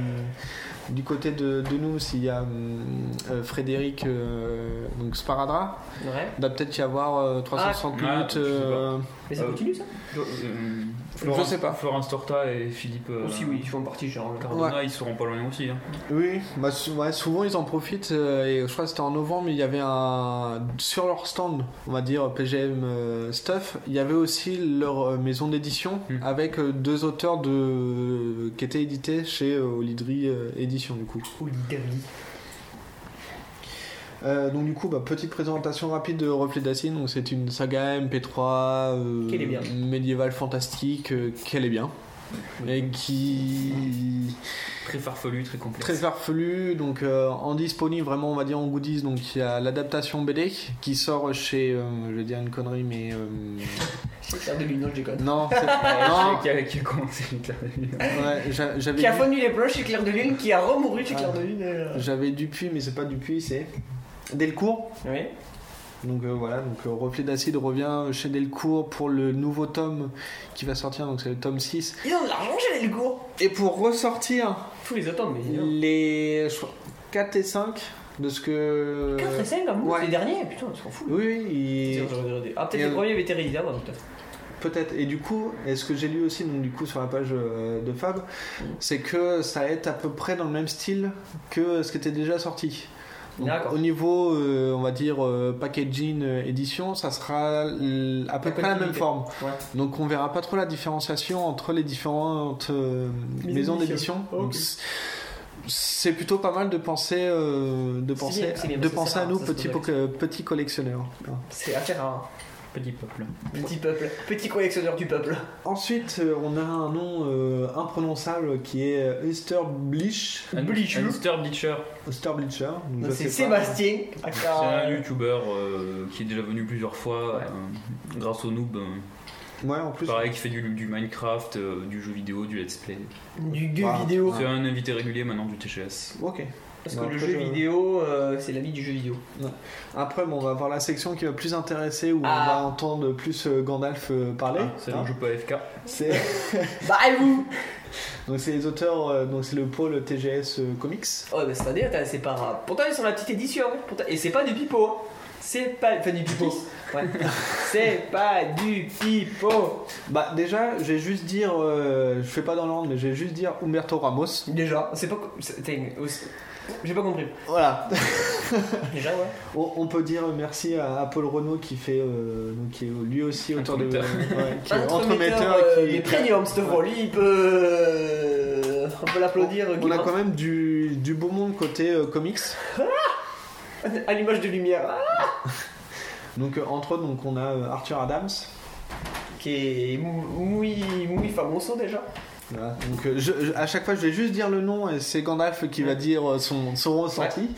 du côté de, de nous, s'il y a hum, euh, Frédéric euh, donc Sparadra, Ouais. il doit peut-être y avoir euh, 360 Ah, minutes. je sais pas. euh, Mais ça Euh, continue ça Flo- euh, Je sais pas. Florence Torta et Philippe. euh, Aussi, oui, ils font partie, genre. Cardona, ils seront pas loin aussi. hein. oui, bah, sou- ouais, souvent ils en profitent. euh, et je crois que c'était en novembre, il y avait un. Sur leur stand, on va dire PGM euh, Stuff, il y avait aussi leur euh, maison d'édition Hmm. avec euh, deux auteurs de... qui étaient édités chez euh, Olidri euh, Édition, du coup. Oligarchie. Euh, donc du coup, bah, petite présentation rapide de Reflet d'Acine. Donc c'est une saga MP3 euh, Qu'elle est bien. médiévale fantastique, euh, qu'elle est bien, et qui Très farfelu, très complexe. très farfelu. Donc euh, en disponible vraiment, on va dire en goodies. Donc il y a l'adaptation BD qui sort chez, euh, je vais dire une connerie, mais euh, C'est en 2009, je déconne. non, c'est- [LAUGHS] Ah, non, Qui a, qui a commencé vite la ouais, j'a- j'avais Qui a dû- fondu les planches chez Claire de Lune, qui a remouru chez Claire de Lune. euh. j'avais Dupuis, mais c'est pas Dupuis, c'est Delcourt. Oui. Donc euh, voilà, donc euh, Reflet d'acide revient chez Delcourt pour le nouveau tome qui va sortir, donc c'est le tome 6. Ils ont de l'argent chez les cours. Et pour ressortir Tous les attendent, mais. euh, ils ont- les je crois, 4 et 5 de ce que... 4 et 5 comme vous, ouais. c'est les derniers, putain, on s'en fout. Oui, oui, et- Tiens, j'aurais dû regarder. Ah, peut-être Et les euh, premiers avaient été réalisés avant, peut-être. peut-être. Et du coup, et ce que j'ai lu aussi donc, du coup, sur la page euh, de Fab, c'est que ça va être à peu près dans le même style que ce qui était déjà sorti. Donc, D'accord. au niveau, euh, on va dire, euh, packaging, euh, édition, ça sera euh, à peu La près la même continuité. forme. Ouais. Donc on verra pas trop la différenciation entre les différentes euh, maisons Maisons d'édition. d'édition. Ok. Donc, c'est- C'est plutôt pas mal de penser, euh, de C'est penser, bien, c'est bien, de parce que penser ça à rare, nous euh, ça se petits, pose po- petits collectionneurs. C'est affaire à un Petit peuple. petit peuple, petit collectionneur du peuple. Ensuite, euh, on a un nom euh, imprononçable qui est euh, Esther Bleach. Bleacher. Mister Bleacher. Esther Bleacher. donc je C'est sais pas. Sébastien, euh, C'est un aka. youtubeur euh, qui est déjà venu plusieurs fois Ouais. euh, grâce au noob. euh, Ouais, en plus. Pareil, qui fait du, du Minecraft, euh, du jeu vidéo, du let's play. Du jeu Wow. vidéo. C'est un invité régulier maintenant du TGS. Ok. Parce Bah, que le après, jeu je- vidéo, euh, c'est la vie du jeu vidéo. Après, bon, on va voir la section qui va plus intéresser où Ah. on va entendre plus euh, Gandalf euh, parler. Ah, c'est hein. un jeu pas FK. C'est- [LAUGHS] Bye Bah, vous donc c'est les auteurs, euh, donc c'est le pôle TGS euh, Comics. Ouais, bah cette année, attends, c'est pas grave. Pourtant, ils sont la petite édition. hein. Pourtant- Et c'est pas du pipeau. hein. C'est pas. Enfin, du pipeau. [LAUGHS] Ouais. c'est pas du pipeau. Bah déjà, je vais juste dire, euh, je fais pas dans l'ordre, mais je vais juste dire Humberto Ramos. Déjà, c'est pas. co- c'est- t'as une- aussi- J'ai pas compris. Voilà. [LAUGHS] Déjà, ouais. On, on peut dire merci à, à Paul Renault qui fait, euh, donc qui est lui aussi auteur de, Entremetteur. ouais, qui est Entremetteur, entremetteur et euh, qui- des premiums, ce vol, lui, il peut. On peut l'applaudir. On a Guillaume. quand même du, du beau monde côté euh, comics. [LAUGHS] Allumage de lumière. Ah Donc euh, entre autres, donc on a euh, Arthur Adams. Qui est muy, muy famoso déjà. Voilà. Donc euh, je- je- à chaque fois, je vais juste dire le nom et c'est Gandalf qui va dire euh, son, son ressenti.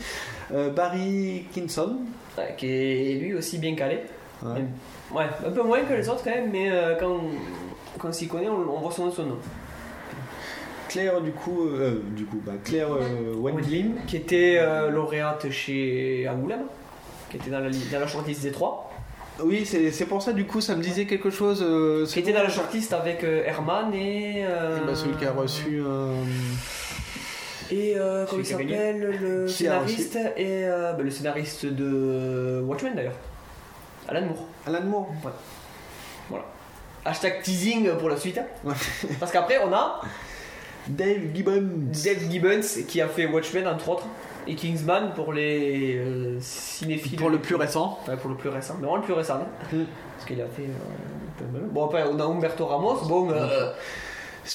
Euh, Barry Kinson. Ouais, qui est lui aussi bien calé. Ouais. Même- Ouais, un peu moins que les autres quand même, mais euh, quand, quand on s'y connaît, on, on voit son son nom. Claire du coup, euh, du coup, bah, Claire euh, Wendling. Qui était euh, lauréate chez Angoulême, qui était dans la, li- dans la shortlist des trois. Oui, c'est c'est pour ça du coup, ça me disait quelque chose. euh, Qui c'est- était dans la shortlist avec euh, Herman et. euh, bah, celui qui a reçu. euh, Et euh, comment il Celui qui a s'appelle le Qui a reçu. scénariste et euh, bah, le scénariste de euh, Watchmen d'ailleurs, Alan Moore. Alan Moore. Hashtag teasing pour la suite. hein. Ouais. Parce qu'après on a [LAUGHS] Dave Gibbons. Dave Gibbons qui a fait Watchmen entre autres et Kingsman pour les euh, cinéphiles. Pour le plus récent. Ouais, pour le plus récent, mais vraiment le plus récent. hein. Mm. Parce qu'il a fait. euh, pas mal. bon, après, on a Humberto Ramos. Bon, euh,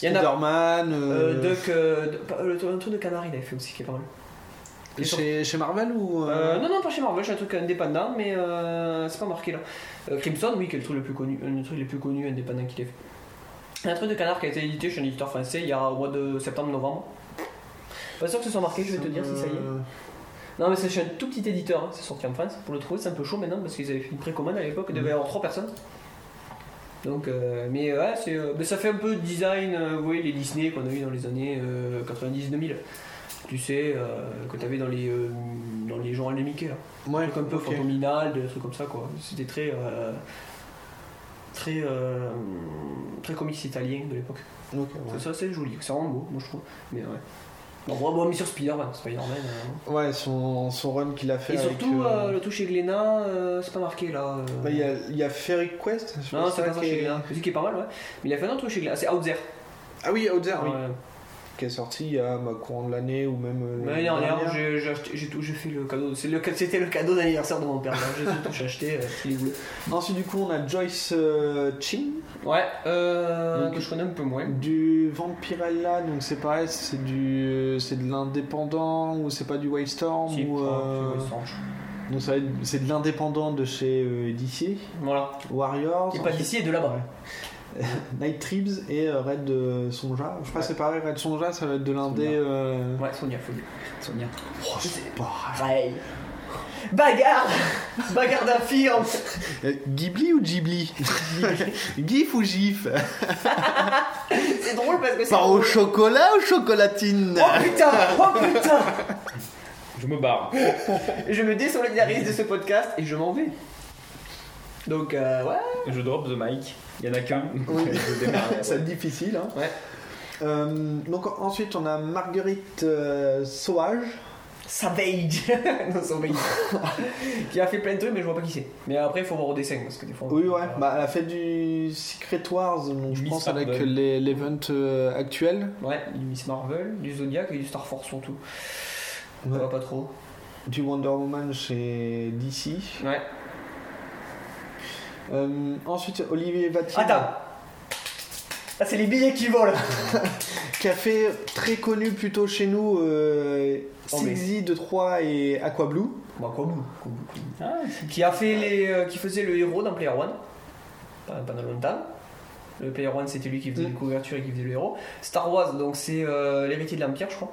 Il y en a- Spider-Man. euh, euh, Duck. euh, de- pas- le, un truc de Canary, il avait fait aussi, qui est pas mal. Et chez, chez Marvel ou Euh, euh, non, non, pas chez Marvel, c'est un truc indépendant, mais euh, c'est pas marqué là. Euh, Crimson, oui, qui est le truc le plus connu, un des trucs les plus connus indépendants qu'il ait fait. Un truc de canard qui a été édité chez un éditeur français il y a au mois de septembre-novembre. Pas sûr que ce soit marqué, je vais te dire si ça y est. euh, Non, mais c'est chez un tout petit éditeur, hein, c'est sorti en France. Pour le trouver, c'est un peu chaud maintenant parce qu'ils avaient fait une précommande à l'époque, il devait y avoir trois personnes. Donc, euh, mais ouais, c'est, euh, mais ça fait un peu design, euh, vous voyez, les Disney qu'on a eu dans les années 90-2000. Tu sais, euh, que t'avais dans les, euh, dans les journaux de Mickey, là. Ouais, Des trucs un peu ok. fantominal, des trucs comme ça, quoi. C'était très. euh, très. euh, très comics italien de l'époque. Ok, ouais. Ça, c'est joli, c'est vraiment beau, moi je trouve. Mais ouais. Bon, bon, bon, mais sur Spider-Man, Spider-Man. euh, Ouais, son, son run qu'il a fait. et avec, surtout, euh, euh, le tout chez Glénat, euh, c'est pas marqué là. euh. bah, Il y a- il y, a Ferric Quest. je Non, pense c'est pas ça ça qui chez est- Glénat. C'est qui est pas mal, ouais. Mais il a fait un autre truc chez Glénat, c'est Outzer. Ah oui, Outzer, oui. Ouais. Qui est sorti il y a bah, courant de l'année ou même. euh, Mais l'année dernière, j'ai- j'ai acheté- j'ai tout, j'ai fait le cadeau. c'est le- C'était le, cadeau d'anniversaire de [LAUGHS] mon père. là. J'ai tout, j'ai acheté, euh, ce qu'il voulait. Ensuite, du coup, on a Joyce euh, Chin Ouais, euh. Donc- que je connais un peu moins. du Vampirella. Donc, c'est pareil, c'est du euh, c'est de l'indépendant ou c'est pas du Wildstorm Si, ou. je crois, euh, c'est Westrange. donc, ça va être- c'est de l'indépendant de chez euh, DC, Voilà. Warriors, Qui est pas d'ici et de là-bas. hein. Night Tribes et euh, Red euh, Sonja. Je crois que c'est pareil, Red Sonja, ça va être de l'indé. Sonja. euh, Ouais, Sonia, faut dire. Sonia. Oh, c'est pas- Pareil. Bagarre Bagarre d'infirme Euh, Ghibli ou [LAUGHS] Ghibli Gif ou gif C'est drôle parce que c'est. Par au chocolat ou chocolatine Oh putain Oh putain Je me barre. Je me désolidarise de ce podcast et je m'en vais. Donc, euh, ouais. Je drop the mic. Il y en a qu'un. Oui. [LAUGHS] Je démarre. [LAUGHS] C'est difficile, hein Ouais. Euh, donc en- ensuite on a Marguerite euh, Sauvage. Savage [LAUGHS] [LAUGHS] Non, Savage. qui a fait plein de trucs, mais je vois pas qui c'est. Mais après, il faut voir au dessin parce que des fois. on- Oui ouais, bah, elle a fait du Secret Wars, donc je Miss pense avec Marvel. les- l'event euh, actuel. Ouais, du Miss Marvel, du Zodiac et du Star Force surtout. On Ouais. voit pas trop. Du Wonder Woman chez DC. Ouais. Euh, ensuite Olivier Vatine. Attends Là, Ah, c'est les billets qui volent Qui a fait très connu plutôt chez nous euh, Oh, mais- Sixy de 3 et Aqua Blue. Bah, quoi vous quoi vous, quoi vous. Qui a fait les. euh, qui faisait le héros dans Player One. Pas- Pendant longtemps. Le Player One, c'était lui qui faisait Mm. les couvertures et qui faisait le héros. Star Wars, donc c'est euh, l'héritier de l'Empire, je crois.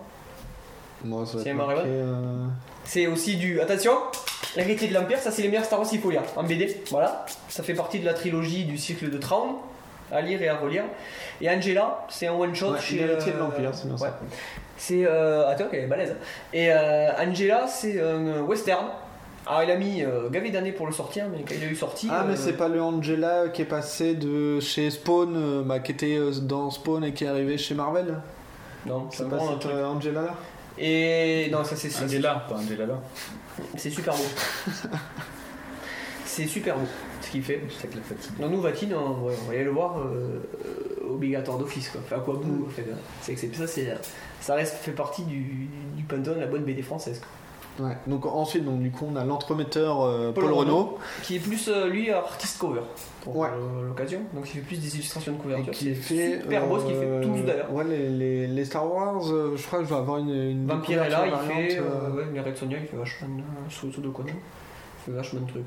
Moi, ça va C'est être Marvel. marqué, euh, C'est aussi du. Attention L'héritier de l'Empire, ça c'est les meilleurs Star Wars qu'il faut lire en BD. Voilà. Ça fait partie de la trilogie du cycle de Traun. à lire et à relire. Et Angela, c'est un one shot Ouais, chez. L'héritier de euh, l'Empire, c'est bien ça. ouais. C'est. Euh, attends, elle est balèze. hein. Et euh, Angela, c'est un western. Alors, il a mis euh, gavé d'années pour le sortir, mais quand il a eu sorti. Ah, euh, mais c'est pas le Angela qui est passé de chez Spawn, euh, bah, qui était euh, dans Spawn et qui est arrivé chez Marvel Non, c'est C'est pas pas cette euh, Angela là Et. Non, ça, c'est. c'est- Angela, pas Angela là. C'est super beau. c'est super beau ce qu'il fait. Je sais que la fatigue. Non, nous, Vatine, on, ouais, on va aller le voir euh, euh, obligatoire d'office. quoi. Enfin, quoi, bout, en fait. hein. C'est que c'est- ça, c'est, ça reste, fait partie du, du pantone, la bonne BD française. quoi. Ouais. Donc ensuite, donc, du coup, on a l'entremetteur euh, Paul Paul, Renault, Qui est plus, euh, lui, artist cover pour Ouais. euh, l'occasion. Donc, il fait plus des illustrations de couverture. qui C'est fait. super beau ce qu'il fait, euh, tous d'ailleurs. Ouais, les, les- les Star Wars, euh, je crois que je dois avoir une. une Vampire est là, découverte il fait. variante, euh, euh, ouais, mais Red Sonja, il fait vachement. euh, sous sous de Kono. Il fait vachement de trucs.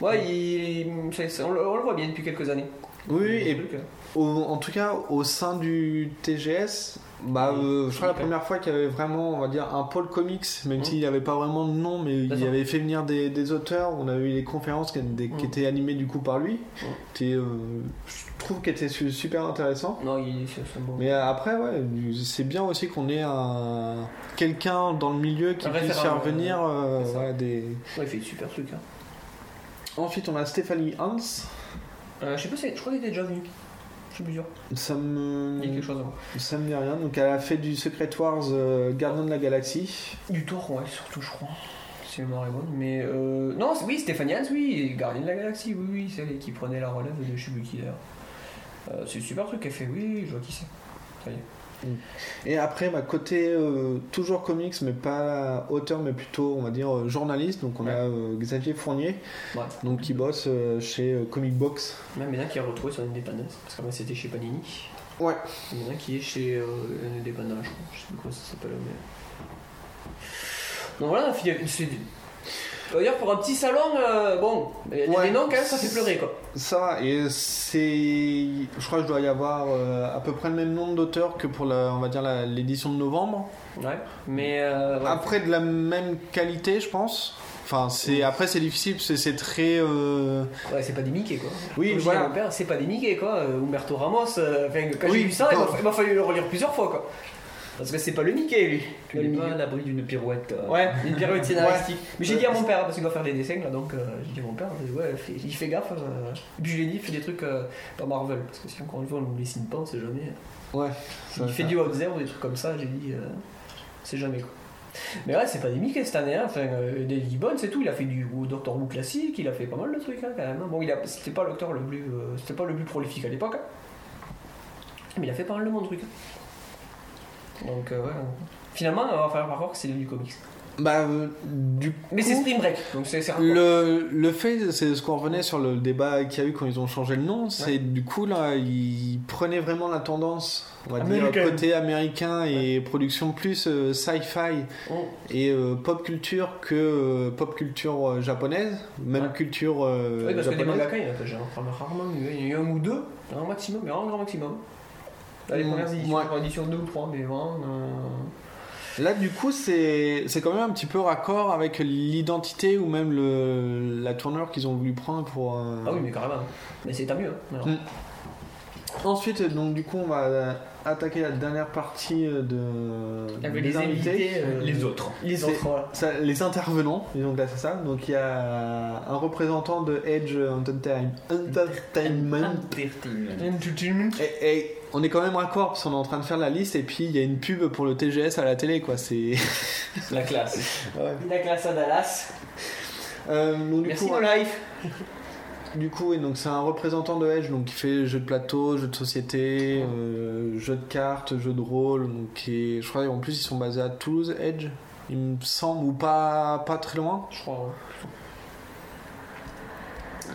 Ouais, il- c'est- c'est- on, le, on le voit bien depuis quelques années. Oui, Il fait et des trucs, Au- en tout cas, au sein du TGS, bah, Oui. euh, je crois Mm. Ok. la première fois qu'il y avait vraiment, on va dire, un pôle comics, même Mm. s'il n'y avait pas vraiment de nom, mais il D'accord. avait fait venir des, des auteurs. On avait eu les conférences qui, des- qui Mm. étaient animées du coup par lui. Qui, euh, je trouve qu'elles étaient su- super intéressant. euh. Non, il, c'est, c'est un bon. Mais euh, après, ouais, c'est bien aussi qu'on ait un quelqu'un dans le milieu qui Un puisse faire référent, ouais. venir euh, C'est ça. ouais, des. Ouais, il fait des super trucs. hein. Ensuite, on a Stéphanie Hans. Euh, je sais pas, si- je crois qu'il était déjà venu. Je suis plus sûr. Ça me. Il y a quelque chose avant. Ça me dit rien. Donc elle a fait du Secret Wars euh, Gardien de la Galaxie. Du Thor, ouais, surtout, je crois. Si ma mémoire est bonne. Mais euh... non, c'est- oui, Stéphanie Hans, oui, Gardien de la Galaxie, oui, oui, c'est elle qui prenait la relève de Shibuki d'ailleurs. Euh, c'est le super truc qu'elle fait, oui, oui, je vois qui c'est. Ça y est. Et après, bah, côté euh, toujours comics, mais pas auteur, mais plutôt, on va dire, euh, journaliste. Donc on Ouais. a euh, Xavier Fournier, Ouais. donc qui bosse euh, chez euh, Comic Box. Même maintenant qui a retrouvé son indépendance, parce qu'avant c'était chez Panini. Ouais. Il y en a un qui est chez euh, un indépendant, je crois. Je sais plus comment ça s'appelle, mais. Donc voilà, fina- c'est. On va dire pour un petit salon, euh, bon, il y a Ouais. des noms quand même, ça fait pleurer quoi. Ça, et c'est. Je crois que je dois y avoir euh, à peu près le même nombre d'auteurs que pour, la, on va dire, la- l'édition de novembre. Ouais, mais. euh, ouais. Après, de la même qualité, je pense. Enfin, c'est après, c'est difficile, parce que c'est très. euh, Ouais, c'est pas des Mickey quoi. Oui, Comme je voilà. dis à mon père, c'est pas des Mickey quoi. Euh, Humberto Ramos, euh, enfin, quand Oui, j'ai vu ça, il m'a- non. il m'a fallu le relire plusieurs fois quoi. Parce que c'est pas le Mickey lui. Tu n'es pas à l'abri d'une pirouette. euh. Ouais, une pirouette scénaristique. Mais j'ai dit à mon père, parce qu'il doit faire des dessins là, donc euh, j'ai dit à mon père, euh, ouais, fais- il fait gaffe. euh. Et puis je lui ai dit, fais des trucs euh, pas Marvel, parce que si encore une fois on nous dessine pas, on sait jamais. Ouais. Il fait du Out Zero ou des trucs comme ça, j'ai dit, euh, on sait jamais quoi. Mais ouais, c'est pas des Mickey cette année, hein. enfin, euh, des Gibbons et tout, il a fait du Doctor Who classique, il a fait pas mal de trucs hein, quand même. Bon, il a- c'était pas l'auteur le plus, euh, c'était pas le plus prolifique à l'époque, hein. mais il a fait pas mal de bons trucs. hein. Donc euh, ouais, finalement, euh, on va falloir voir que c'est du comics. Bah, euh, du Mais coup, c'est Spring Break, donc c'est c'est raccord. Le, le fait, c'est ce qu'on revenait sur le débat qu'il y a eu quand ils ont changé le nom, c'est du coup là, ils prenaient vraiment la tendance, on va dire, Américaine. côté américain et production plus euh, sci-fi Oh, et euh, pop culture que euh, pop culture euh, japonaise, même Ouais. culture euh, oui, parce que des japonaise. mangaka, il y en a j'ai rarement- rarement eu. hein. Il y en a eu un ou deux, un maximum, mais vraiment un grand maximum. Là, les Mm, premières éditions, ouais. ouais. édition 2 ou 3, mais vraiment. euh, Là, du coup, c'est c'est quand même un petit peu raccord avec l'identité ou même le, la tournure qu'ils ont voulu prendre pour. euh, Ah oui, mais carrément. Mais c'est tant mieux. hein. Alors, Mm. Ensuite, donc du coup, on va euh, attaquer la dernière partie euh, de avec des les invités. euh, Les autres. Les autres, voilà. Ça, les intervenants, disons que là c'est ça. Donc il y a un représentant de Edge Entertain- Entertainment. Entertainment. Et, et on est quand même raccord parce qu'on est en train de faire la liste et puis il y a une pub pour le TGS à la télé quoi. C'est. [LAUGHS] La classe. La classe à Dallas. Euh, donc, du Merci, coup, mon life. du coup, et donc c'est un représentant de Edge donc qui fait jeux de plateau, jeux de société, euh, jeux de cartes, jeux de rôle. Donc qui est- je crois en plus ils sont basés à Toulouse Edge, il me semble ou pas pas très loin. Je crois. hein.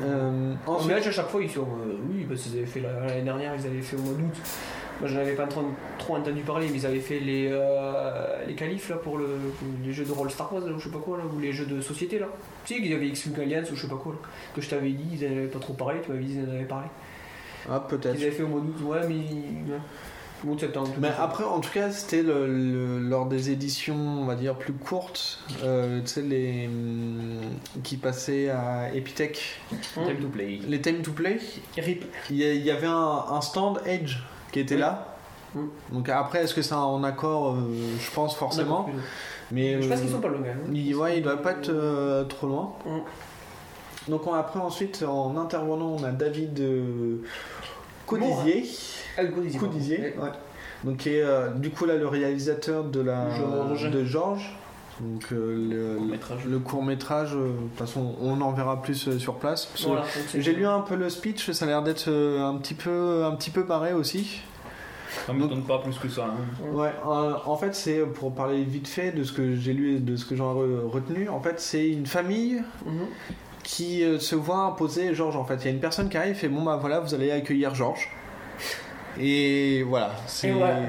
Euh, En ensuite- match, à chaque fois, ils sont. euh, oui, parce qu'ils avaient fait la- l'année dernière, ils avaient fait au mois d'août. Moi, je n'avais pas trop, trop entendu parler, mais ils avaient fait les, euh, les qualifs là, pour, le, pour les jeux de rôle Star Wars, là, ou je sais pas quoi, là, ou les jeux de société. là. Tu sais qu'ils avaient X-Wing Alliance, ou je sais pas quoi, là, que je t'avais dit, ils n'avaient pas trop parlé, tu m'avais dit, ils en avaient parlé. ah peut-être. Ils avaient fait au mois d'août, ouais, mais. ouais. Ou de septembre. tout Mais à fait. après, en tout cas, c'était le- le- lors des éditions, on va dire, plus courtes, euh, tu sais, les. hum, qui passaient à Epitech, Time to play. les Time to Play, RIP. il y, a- il y avait un, un stand Edge qui était là. Mm. Donc après, est-ce que c'est en accord euh, Je pense forcément. Mais, Je euh, pense qu'ils sont pas loin. hein. il, ouais, il doit pas être euh, trop loin. Mm. Donc on- après, ensuite, en intervenant, on a David euh, Codisier. Ah, le coup d'Isier, pardon. Codisier, Ouais. ouais. Donc qui est euh, du coup là le réalisateur de la Georges. de Georges. Donc euh, le, Court-métrage. le court métrage, de toute façon, on en verra plus euh, sur place. Parce que Voilà, donc c'est- J'ai lu un peu le speech, ça a l'air d'être euh, un petit peu un petit peu barré aussi. Ça m'étonne pas plus que ça. hein. Mm. Ouais, euh, en fait, c'est pour parler vite fait de ce que j'ai lu et de ce que j'en ai re- retenu. En fait, c'est une famille Mhm. qui euh, se voit imposer Georges. En fait, il y a une personne qui arrive et fait bon bah voilà, vous allez accueillir Georges. Et voilà. c'est- Et [LAUGHS] voilà.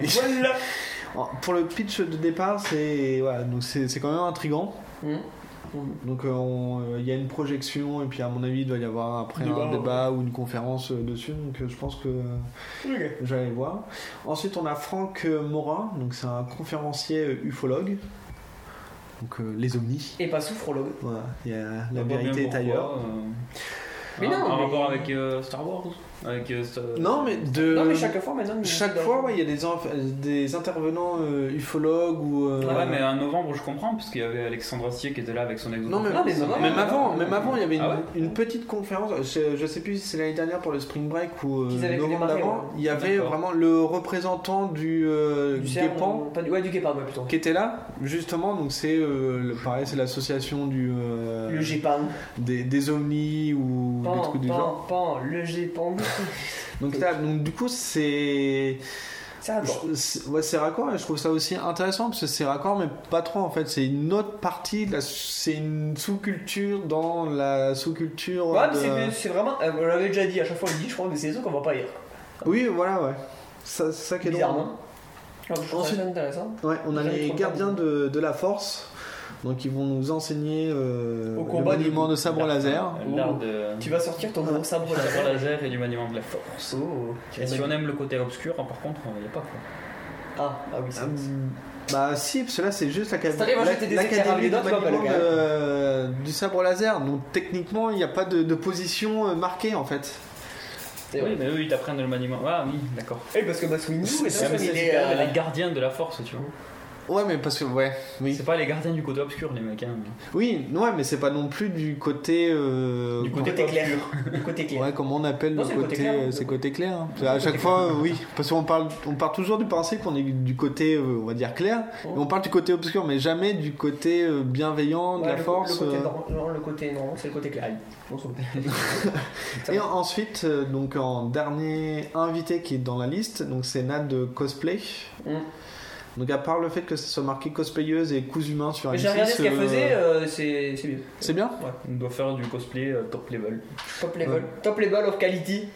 Voilà. pour le pitch de départ, c'est voilà, donc c'est c'est quand même intrigant. Mhm. Donc euh, on- euh, il y a une projection et puis à mon avis, il doit y avoir après Débat, un débat ou une conférence euh, dessus. Donc euh, je pense que Ok. J'allais voir. Ensuite, on a Franck euh, Morin, donc c'est un conférencier euh, ufologue. Donc euh, les ovnis. Et pas souphrologue. Voilà, il y a- la On voit vérité bien est pourquoi, ailleurs. euh, Mais un- non, un mais- rapport avec euh, Star Wars avec, euh, Star- Non, mais de. Non, mais chaque fois maintenant. il- Euh, chaque fois, ouais, il y a des, inf- euh, des intervenants euh, ufologues ou. euh, Ah Ouais, mais en novembre, je comprends, parce qu'il y avait Alexandre Astier qui était là avec son ex Non, mais, Non, mais non, non, même non, avant, non, même non. avant, il y avait une, Ah une petite conférence. Je, je sais plus si c'est l'année dernière pour le Spring Break ou euh, Qu'ils avaient novembre démarré, d'avant. ouais. Il y avait D'accord. vraiment le représentant du, euh, Du cerf, guépant. euh, pas du- Ouais, du guépard, ouais, plutôt. qui était là justement donc c'est euh, le- pareil c'est l'association du euh, Le GEPAN. des, des ovnis ou des Pan, trucs du genre pan, pan, le GEPAN. donc là donc du coup c'est Ça va. je- c'est- ouais c'est raccord et je trouve ça aussi intéressant parce que c'est raccord mais pas trop en fait c'est une autre partie de la- c'est une sous-culture dans la sous-culture Ouais, mais de- c'est- c'est vraiment. euh, on l'avait déjà dit, à chaque fois on le dit, je crois, mais c'est des trucs qu'on voit pas hier. oui voilà ouais ça c'est ça qui est drôle Bizarrement. Alors, je trouve Ensuite- ça intéressant. ouais on a J'avais les trop gardiens de, de la force donc ils vont nous enseigner euh, Au le combat du- maniement de sabre laser L'art de. Euh, Tu vas sortir ton gros sabre là. sabre laser et du maniement de la force. Oh, Et si on aime le côté obscur, par contre, il n'y a pas quoi. Ah, ah oui, c'est Hum, Bah si, parce que là c'est juste l'acad- C'est-à-dire, moi, j'étais la- des éclairs l'académie avec de les doigts, tu vois, maniement pas le de- du sabre laser, donc techniquement il n'y a pas de, de position euh, marquée en fait. C'est vrai. Eh Oui, mais eux, ils t'apprennent le maniement. Ah oui, d'accord. Eh, parce que Masumi, C'est- il c'est- mais c'est est. quand même euh, les gardiens de la force, tu vois. Ouais mais parce que ouais, oui. C'est pas les gardiens du côté obscur, les mecs. hein. Oui, ouais mais c'est pas non plus du côté... euh, Du Du côté clair. Du côté clair. Ouais, comment on appelle Non, le c'est le côté côté, clair, euh, le- c'est côté clair. hein. À chaque fois, euh, oui, parce qu'on parle, on part toujours du principe qu'on est du côté, euh, on va dire clair, Oh. et on parle du côté obscur, mais jamais du côté euh, bienveillant de Ouais, la le- force. Le côté, euh. non, non, le côté non, c'est le côté clair. Non, c'est le côté- Ça Et va. ensuite, euh, donc en dernier invité qui est dans la liste, donc c'est Nad de cosplay. Mm. Donc à part le fait que ça soit marqué cosplayeuse et cousu humain sur Mais M6, J'ai regardé ce qu'elle euh, faisait, euh, c'est c'est bien. C'est bien. On doit faire du cosplay euh, top level. Top level. Top level of quality.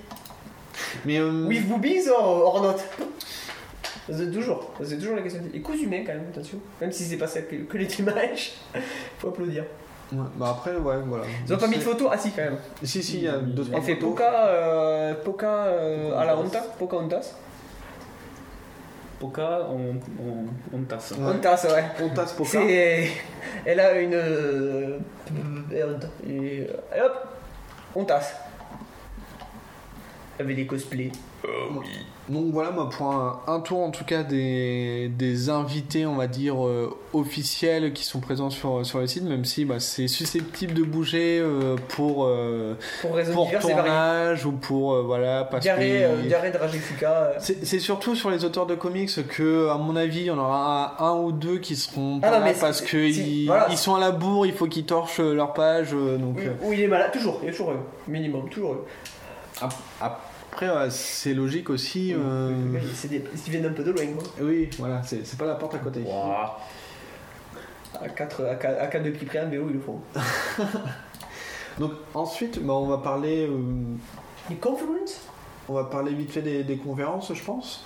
Mais euh, With boobies or, or not C'est toujours, c'est toujours la question. Et cousu humain quand même, attention. Même si c'est pas ça que, que les images, [LAUGHS] faut applaudir. ouais, bah après ouais voilà. Ils ont pas mis de C'est- photos Ah si quand même. Si si il y a deux trois Mm. Elle fait photos. Poca, euh, Poca euh, à la Honta, Poca Hontas. Poca, on, on, on tasse. Ouais. Hontas, ouais. On tasse pour ça. C'est... Elle a une... euh, et Hontas. Et, euh, et hop, Hontas. Elle avait des cosplays. Donc voilà moi pour un, un tour en tout cas des, des invités on va dire euh, officiels qui sont présents sur, sur le site même si bah, c'est susceptible de bouger euh, pour euh, Pour raison pour diverses et variées. tournage ou pour euh, voilà parce Diarrhée, que euh, diarrhée de Rajifuka. euh. c'est c'est surtout sur les auteurs de comics que, à mon avis, il y en aura un, un ou deux qui seront Ah pas non, là mais parce c'est- que c'est- ils, voilà. ils sont à la bourre, il faut qu'ils torchent euh, leur page. euh, donc, Où, euh, où il est malade, toujours, il est toujours eux. minimum, toujours eux. après, ouais, c'est logique aussi. euh, C'est des- Ils viennent un peu de loin, quoi. Oui, voilà, c'est c'est pas la porte à côté. Ouah. À 4 à quatre- à quatre de prix près, un vélo, ils le font. Donc ensuite, bah, on va parler, euh, Les conferences on va parler vite fait des, des conférences, je pense.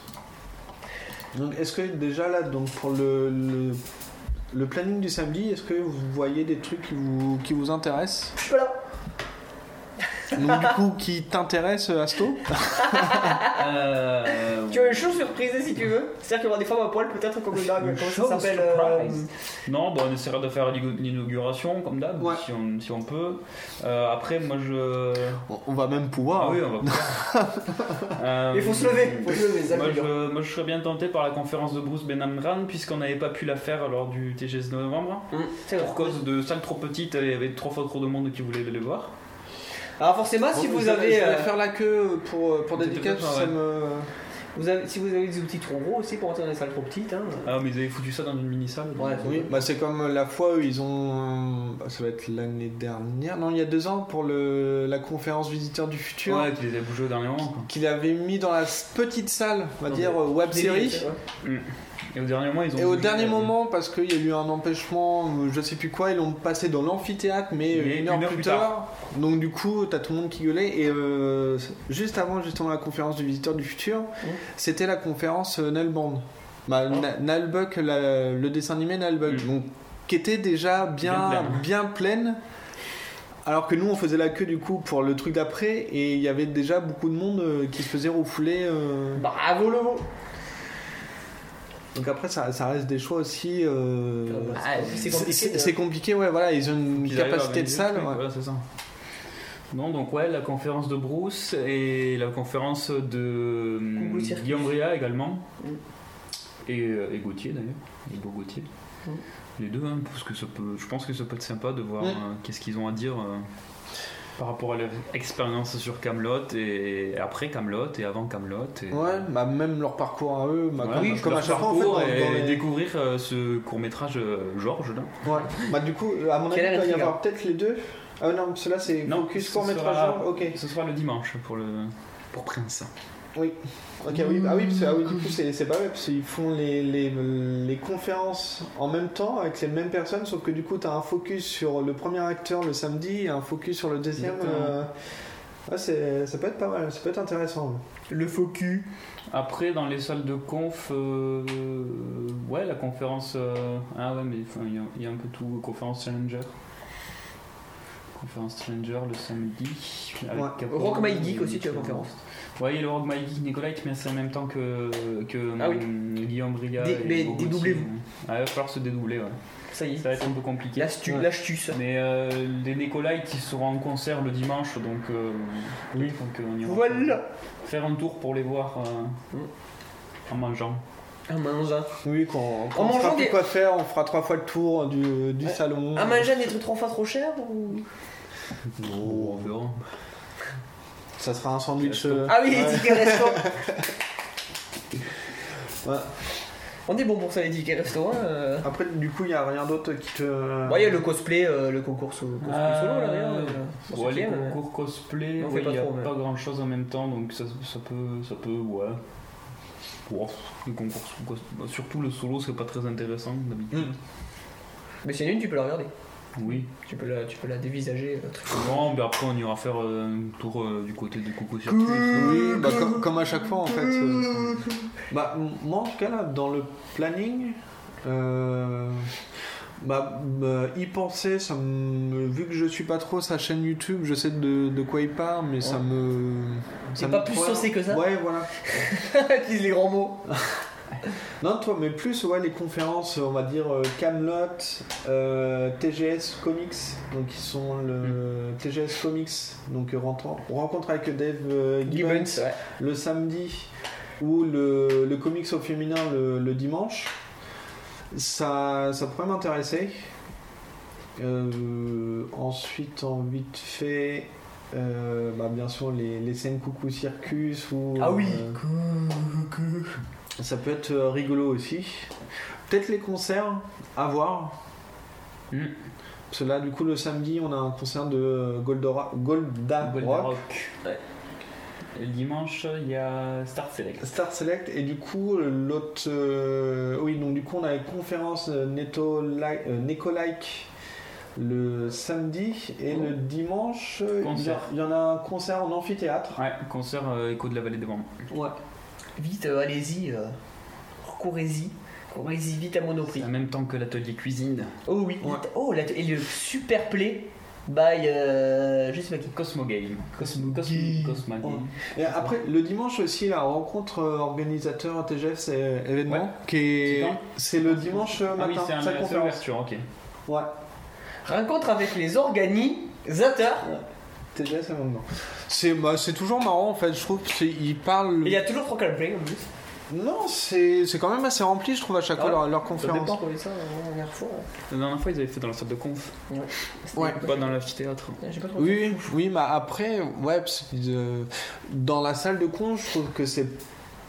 Donc, est-ce que déjà là, donc pour le, le, le planning du samedi, est-ce que vous voyez des trucs qui vous, qui vous intéressent Je suis pas là. Donc, du coup, qui t'intéresse, Asto Euh, Tu as une chose surprise si tu veux. C'est-à-dire qu'il y aura des femmes à poil peut-être comme le Une dingue. Comment ça chose s'appelle euh, surprise. Non, bon, on essaiera de faire l'inau- l'inauguration comme d'hab, Ouais. si, on, si on peut. Euh, après, moi je. On- On va même Ah, pouvoir. hein. oui, on va pouvoir. Euh, Il faut se lever. Faut se lever. ça, Moi le je, dur. moi, je serais bien tenté par la conférence de Bruce Benamran, puisqu'on n'avait pas pu la faire lors du TGS de novembre, Hum, C'est vrai. pour cause de salles trop petites et il y avait trois fois trop de monde qui voulait les voir. Alors forcément, si vous avez, euh, la queue pour, des Peut-être dédicaces, pas, ça ouais. me. vous avez- si vous avez des outils trop gros aussi pour entrer dans les salles trop petites, hein. Ah, mais ils avaient foutu ça dans une mini-salle. donc- Ouais. Oui, bah c'est comme la fois où ils ont. bah, ça va être l'année dernière, non, il y a deux ans, pour le... la conférence Visiteurs du Futur. Ouais, qu'ils les avaient bougés au dernier moment. quoi. Qu'il avait mis dans la petite salle, on va Dans dire, des- euh, web série. Ouais. Et au dernier moment, ils ont. Et au bougé, dernier euh, moment, parce qu'il y a eu un empêchement, euh, je sais plus quoi, ils l'ont passé dans l'amphithéâtre, mais euh, une heure, plus, tard. Donc du coup, t'as tout le monde qui gueulait. Et euh, juste avant, justement, la conférence du visiteur du futur, c'était la conférence euh, Nullband. Bah, Na- Nullbuck, la- le dessin animé Nullbuck, Mm. donc qui était déjà Bien bien, pleine. bien pleine. Alors que nous, on faisait la queue du coup pour le truc d'après, et il y avait déjà beaucoup de monde euh, qui se faisait refouler. euh, Bravo le mot. donc après, ça, ça reste des choix aussi. euh, Ah, c'est- C'est compliqué. C'est de- c'est compliqué, ouais, voilà, ils ont une qu'ils arrivent à capacité de organiser salle. le truc, ouais. voilà, c'est ça. Non, donc ouais, la conférence de Bruce et la conférence de euh, Coucou, Circus. Guillaume Ria également. Mm. Et, euh, et Gauthier d'ailleurs, et Beau Gauthier. Mm. Les deux, hein, parce que ça peut, je pense que ça peut être sympa de voir Mm. euh, qu'est-ce qu'ils ont à dire euh, par rapport à leur expérience sur Camelot et après Camelot et avant Camelot. Et, euh, Ouais, bah, même leur parcours à eux, bah, Voilà, comme, donc comme à leur chaque fois, en fait, parcours dans- et, dans les- découvrir euh, ce court métrage Georges là. Ouais. Bah, du coup, à mon avis, Quel il est va y l'intrigue, avoir peut-être les deux. Ah non, cela c'est Non, Focus ce court métrage. sera- genre, Ok, Ce sera le dimanche pour le pour Prince. ok, oui, ah oui, parce que- ah oui, du coup, c'est c'est pas vrai, parce qu'ils font les, les, les conférences en même temps avec les mêmes personnes, sauf que du coup, t'as un focus sur le premier acteur le samedi et un focus sur le deuxième. Exactement. euh, ouais, c'est- ça peut être pas mal, ça peut être intéressant. Le faux cul. Après, dans les salles de conf, euh, ouais, la conférence. euh, ah ouais, mais enfin, il y a- il y, a un peu tout. euh, Conférence Challenger. Conférence Challenger le samedi. avec Ouais. Capone Rock My Geek et- aussi, tu as la conférence. Ouais, il y a le Rock My Geek, Nicolas, il te met ça en même temps que, que Ah oui. hum, Guillaume Briga. Dé- et mais Bobo dédoublez-vous. Gauthier. Ah, il va falloir se dédoubler, ouais. Ça y est. Ça va être un peu compliqué. L'astu, Ouais. l'astuce. Mais euh, les Nicolites, ils seront en concert le dimanche, donc. euh, Oui. donc, euh, on ira Voilà. Faire un tour pour les voir euh, Mm. en mangeant. Un hein. mangeant. Oui, quand, quand En on mangeant saura plus des- quoi faire, on fera trois fois le tour du, du Ouais. salon. Un mangeant des trucs trois fois trop chers ou Oh. On verra. Ça sera un sandwich. euh, Ah oui, les ouais. tickets resto. Ouais. On est bon pour ça les tickets resto. hein, euh. Après, du coup, il n'y a rien d'autre qui te. Bon, il y a le cosplay, euh, le concours, solo- cosplay Euh, solo là, rien. euh, on Ouais, se les tient, euh. concours cosplay, On ouais, fait il pas n'y a trop, mais- pas grand chose en même temps, donc ça, ça peut, ça peut, ouais. Ouais, le concours, cos- bah, surtout le solo, c'est pas très intéressant d'habitude. Hmm. Mais c'est une, tu peux la regarder. Oui. Tu peux la, tu peux la [LAUGHS] dévisager. euh, le truc. Non, mais après on ira faire euh, un tour euh, du côté du Coco Circuit. Oui, Mm, bah, comme, comme à chaque fois en fait. euh, bah, m- moi en tout cas, là, dans le planning, euh, bah, bah, y penser, ça me... vu que je suis pas trop sa chaîne YouTube, je sais de, de quoi il parle, mais ça me. T'es ça me pas plus poire. saucé que ça Ouais, voilà. Utilise les grands mots. Non, toi, mais plus ouais, les conférences, on va dire euh, Camelot, euh, TGS Comics, donc ils sont Mm. le TGS Comics, donc euh, rentrant- rencontre avec Dave euh, Gibbons, Gibbons, ouais. le samedi ou le, le comics au féminin le, le dimanche. Ça, ça pourrait m'intéresser. Euh, ensuite, en vite fait, euh, bah, bien sûr, les, les scènes Coucou Circus ou. Ah oui. euh, ça peut être euh, rigolo aussi. Peut-être les concerts, à voir. Hmm. Mm. Parce que là, du coup, le samedi, on a un concert de euh, Goldora, Golda Golden Rock, Rock. Et le dimanche, il y a Star Select. Star Select. Et du coup, l'autre. euh, oui, donc du coup, on a une conférence euh, Netto Li- euh, Necolike le samedi. Et le dimanche, euh, il y, a- Concert. il y en a un concert en amphithéâtre. Ouais, concert euh, Écho de la Vallée des Vents. Ouais. Vite, euh, allez-y. euh, Courez-y. Courez-y vite à Monoprix. En même temps que l'atelier cuisine. Oh oui. Ouais. vite. Oh, la- et le super play. by euh, je sais pas qui. Cosmo Game. Cosmo- Cosmo- Cosmo Ouais. Game. Et après, le dimanche aussi, la rencontre euh, organisateur TGF, c'est euh, événement, Ouais. qui est... C'est quand C'est le dimanche euh, Ah oui, matin, c'est un- sa c'est conférence. l'ouverture, ok. Ouais, Rencontre avec les organisateurs. TGF, c'est maintenant. C'est bah, c'est toujours marrant, en fait, je trouve. c'est- Ils parlent... Et il y a toujours Procol Play en plus. Non, c'est c'est quand même assez rempli, je trouve, à chaque Ah fois, ouais. leur, leur Ça conférence. dépend qu'on est ça la dernière fois. La dernière fois, ils avaient fait dans la salle de conf, C'était- Ouais. pas dans l'amphithéâtre. J'ai pas trop Oui, oui, mais après, ouais, parce que, euh, dans la salle de con, je trouve que c'est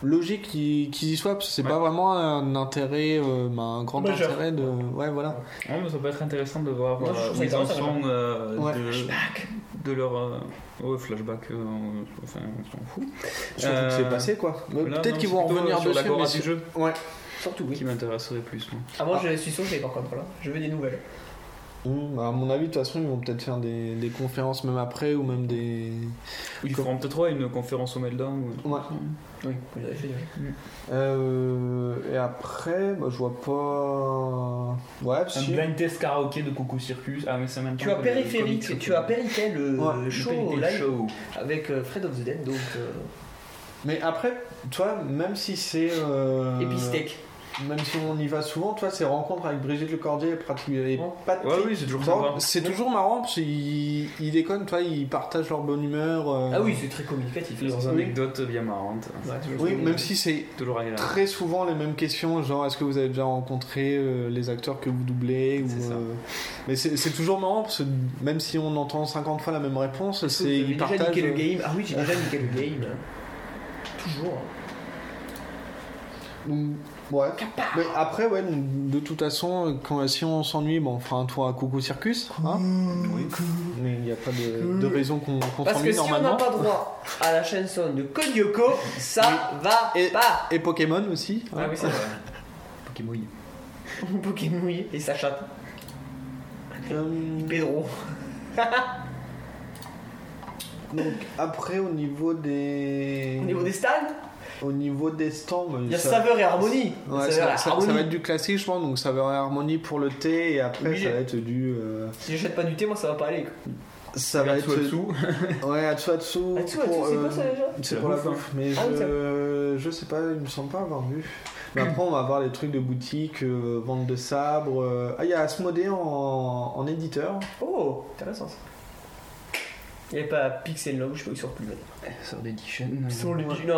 logique qu'ils qu'ils y soient, parce que c'est Ouais. pas vraiment un intérêt, euh, bah, un grand Majeur. intérêt de. Ouais, voilà. Ouais, Ah, mais ça peut être intéressant de voir Moi, je euh, trouve ça où ils en intéressant, sont euh, Ouais. de, de leur euh, ouais, flashback. euh, on- enfin, on s'en fout. Surtout Euh, que c'est passé, quoi. Mais Voilà, Peut-être non, qu'ils c'est vont plutôt revenir sur dessus. l'agora mais du c'est- jeu Ouais. Surtout oui. qui m'intéresserait plus. Moi. Ah. Avant je suis sauvé par contre là. Je veux des nouvelles. Mmh, bah, à mon avis, de toute façon, ils vont peut-être faire des, des conférences même après, ou même des. Ils feront peut-être ouais, une conférence au Meltdown. ou- Ouais. Oui, vous avez fait. ouais. Euh, et après, bah, je vois pas. Ouais, Un si. blind test karaoké de Coucou Circus. Ah, mais ça m'intéresse. Tu as périphérique, tu as périphé le euh, Ouais, show live avec euh, Fred of the Dead donc euh, Mais après, toi, même si c'est. Euh... Epistech. Même si on y va souvent, toi, ces rencontres avec Brigitte Lecordier et Prat- et Ouais. Patrick Ouais, oui, c'est toujours Borg, sympa. c'est toujours marrant parce qu'ils ils déconnent, toi, ils partagent leur bonne humeur. euh, Ah oui, c'est très communicatif. Leurs ça. anecdotes bien marrantes. Ouais. Oui, même si c'est Toujours agréable. très souvent les mêmes questions, genre est-ce que vous avez déjà rencontré euh, les acteurs que vous doublez C'est ou, ça. euh, Mais c'est c'est toujours marrant parce que même si on entend 50 fois la même réponse, Vous c'est avez ils déjà partagent. niqué le euh, game. Ah oui, j'ai déjà niqué le game. [LAUGHS] Toujours. hein. Donc, Mm, ouais. Mais après, ouais, donc, de toute façon, quand, si on s'ennuie, bon, on fera un tour à Coucou Circus. Hein Mais il n'y a pas de, de raison qu'on qu'on Parce que s'ennuie si on n'a normalement. pas droit à la chanson de Code Lyoko, ça va Et- pas. [LAUGHS] Et Pokémon aussi. Ah oui, c'est vrai. Pokémon. Pokémon et sa chatte. Euh, Pedro. donc après, au niveau des, Au niveau des stands, au niveau des stands, bah, il y a ça- saveur et harmonie. ouais, Saveur ça, et ça- Harmonie. ça va être du classique, je pense. Donc saveur et harmonie pour le thé, et après Obligé. ça va être du, euh, Si j'achète pas du thé, moi ça va pas aller. ça va être dessous. ouais, atsuatsu. Ah, tu vois, tu pour, sais euh, quoi ça déjà C'est La pour la bouffe, hein. bouffe, mais Ah oui, je... je sais pas, il me semble pas avoir vu. Mais après, on va voir les trucs de boutique, euh, vente de sabres. euh, Ah, il y a Asmodée en, en éditeur. Oh, intéressant ça. Il n'y avait pas Pixel Love, je sais pas, ils sortent plus. Mm. maintenant. Sort d'édition. Non,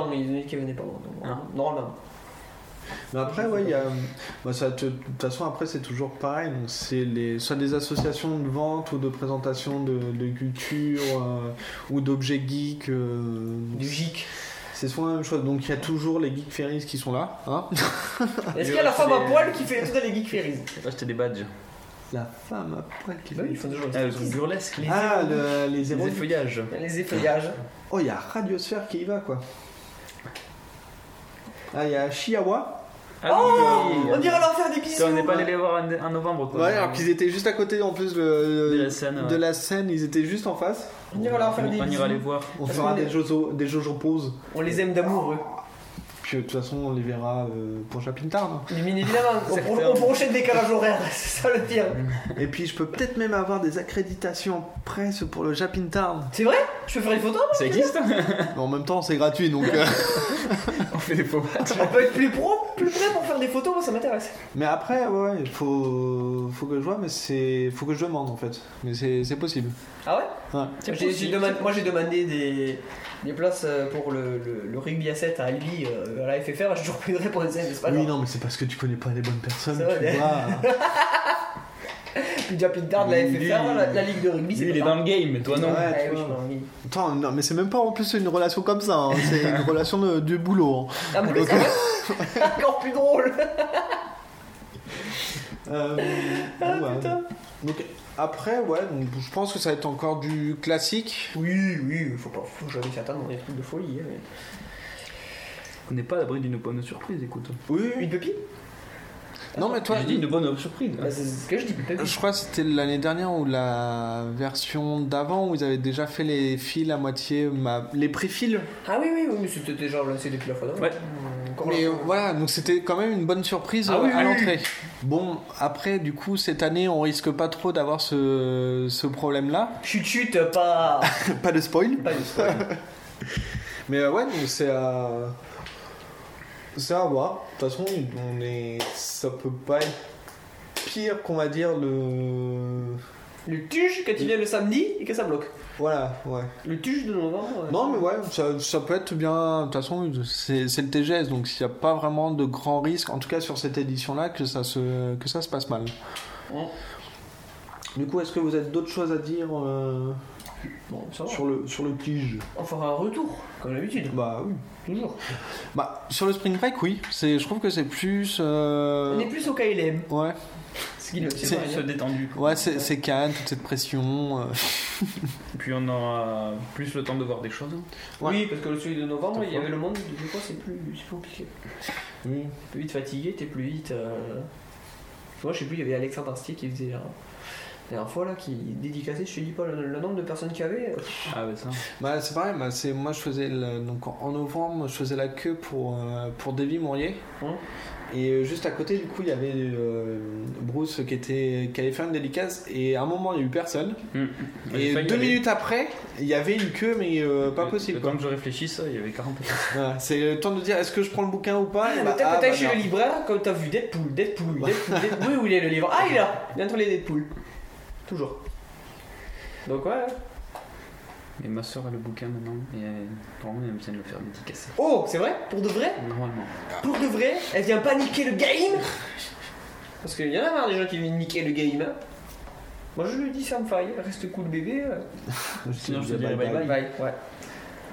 mais ils ont dit qu'il venait pas. donc, Ah. Normalement. Mais après, ouais, il y a. bah, ça te- De toute façon, après, c'est toujours pareil. Donc, c'est les... soit des associations de vente ou de présentation de, de culture euh, ou d'objets geeks. euh, Du GIC. C'est souvent la même chose. Donc, il y a toujours les geeks ferries qui sont là. Hein Est-ce qu'il y a la femme à poil qui fait tout les geeks [LAUGHS] ferries Acheter des badges. La femme après qui Ils font toujours Ah, des le truc burlesque. Les Bah Ah, le- les les héros. effeuillages. Les effeuillages. Oh, il y a Radiosphère qui y va, quoi. Ah, il y a Chihuahua. Oh Ah oui. On dirait leur faire des bisous Putain, on n'est pas allé les voir en, en novembre quoi. Ouais, alors qu'ils étaient juste à côté, en plus, de de, la scène. ouais. de la scène, ils étaient juste en face. On ira leur faire On- des On bisous. ira les voir. On Parce fera qu'on est- des Jojo, des Jojo poses. On les aime d'amour, eux. Puis, euh, de toute façon, on les verra euh, pour Chapintard. non Mais bien évidemment, on, pro- on prochaine décalage horaire, [LAUGHS] c'est ça le pire. Et puis, je peux peut-être même avoir des accréditations presse pour le Chapintard. C'est vrai Je peux faire une photo Ça existe Mais en même temps, c'est gratuit, donc. euh, [LAUGHS] On fait des faux badges. On peut être plus pro, plus près pour faire des photos, moi ça m'intéresse. [LAUGHS] mais après, ouais, ouais, faut, faut que je vois, mais c'est. Faut que je demande, en fait. Mais c'est c'est possible. Ah ouais Ouais. J'ai- j'ai demandé- moi j'ai demandé des, des places euh, pour le, le, le rugby à 7 à Albi euh, à la FFR, j'ai toujours pas eu de réponse, hein, c'est pas Bah oui, grave. non, mais c'est parce que tu connais pas les bonnes personnes. Ça va, tu mais- [LAUGHS] vois. Puis déjà Pintard de la Lui- FFR, la, la ligue de rugby, c'est Lui il est pas dans le game, toi non. grave. Ouais, Ah tu oui, vois. je m'en ris. Attends, non, mais c'est même pas en plus une relation comme ça, hein. c'est une relation de, de boulot. hein. Ah, mais ça va [LAUGHS] Encore plus drôle Euh, Ah ouais. putain Donc après, ouais, donc, je pense que ça va être encore du classique. Oui, oui, faut pas faut jamais s'attendre dans des trucs de folie. hein, mais- On n'est pas à l'abri d'une bonne surprise, écoute. Oui, Une pépite Non, mais toi, J'ai dit une bonne surprise. hein. Bah, C'est ce que je dis, une pépite. je crois que c'était l'année dernière ou la version d'avant où ils avaient déjà fait les fils à moitié, ma- les pré-fils. Ah oui, oui, oui, mais c'était déjà lancé depuis la fois d'avant. Ouais. Hum, comment- Mais euh, voilà, donc c'était quand même une bonne surprise Ah euh, oui, à oui, l'entrée. Bon, après, du coup, cette année, on risque pas trop d'avoir ce, ce problème-là. Chut chut, pas. pas de spoil. pas de spoil. Mais euh, ouais, donc c'est à. C'est à voir. De toute façon, on est... ça peut pas être pire qu'on va dire le. Le tuge quand il vient le samedi et que ça bloque. Voilà, ouais. Le tuge de novembre. euh, Non, mais ouais, ça, ça peut être bien. De toute façon, c'est c'est le TGS, donc s'il n'y a pas vraiment de grand risque, en tout cas sur cette édition-là, que, ça se- que ça se passe mal. Ouais. Du coup, est-ce que vous avez d'autres choses à dire euh, Bon, ça va. sur le, sur le tige On fera un retour, comme d'habitude. Bah oui. Toujours. Bah, sur le Spring Break, oui. C'est- Je trouve que c'est plus. euh, On est plus au KLM. Ouais, Ce qui ne C'est- tient pas à se rien. détendu. ouais c'est c'est calme, toute cette pression. euh, Puis on aura plus le temps de voir des choses. hein. Ouais. Oui, parce que le celui de novembre, Cette il y avait fois. le monde, du coup, c'est plus, c'est plus compliqué. Oui. T'es plus vite fatigué, t'es plus vite. euh, Moi, je sais plus, il y avait Alexandre Astier qui faisait. euh, La dernière fois là, qui dédicaçait, je te dis pas le, le nombre de personnes qu'il y avait. euh, Ah bah ça. Bah, c'est pareil, bah, c'est- moi je faisais le- donc en en novembre, je faisais la queue pour, euh, pour Davy Mourier. Hein Et euh, juste à côté, du coup, il y avait euh, Bruce qui, était, qui allait faire une dédicace. Et à un moment, il n'y a eu personne. Ah, J'ai Et failli deux aller. minutes après, il y avait une queue, mais euh, pas Le- possible. Le temps quoi. que je réfléchisse, il y avait 40 Voilà, c'est le temps de dire est-ce que je prends le bouquin ou pas Ah, Et mais bah, t'as ah, peut-être bah, chez le merde. libraire, comme t'as vu Deadpool, Deadpool, Deadpool, Deadpool. Oui, où il est le livre Ah, il est là Il est entre les Deadpool. Toujours. Donc, ouais. Mais ma soeur a le bouquin maintenant et elle- normalement elle vient de le faire dédicacer. Oh, c'est vrai Pour de vrai Normalement. Pour de vrai Elle vient pas niquer le game Parce qu'il y en a marre des gens qui viennent niquer le game. hein. Moi, je le dis sans faille. Reste cool, bébé. euh, Sinon, je te dirais Bye bye Bye bye. bye. Ouais.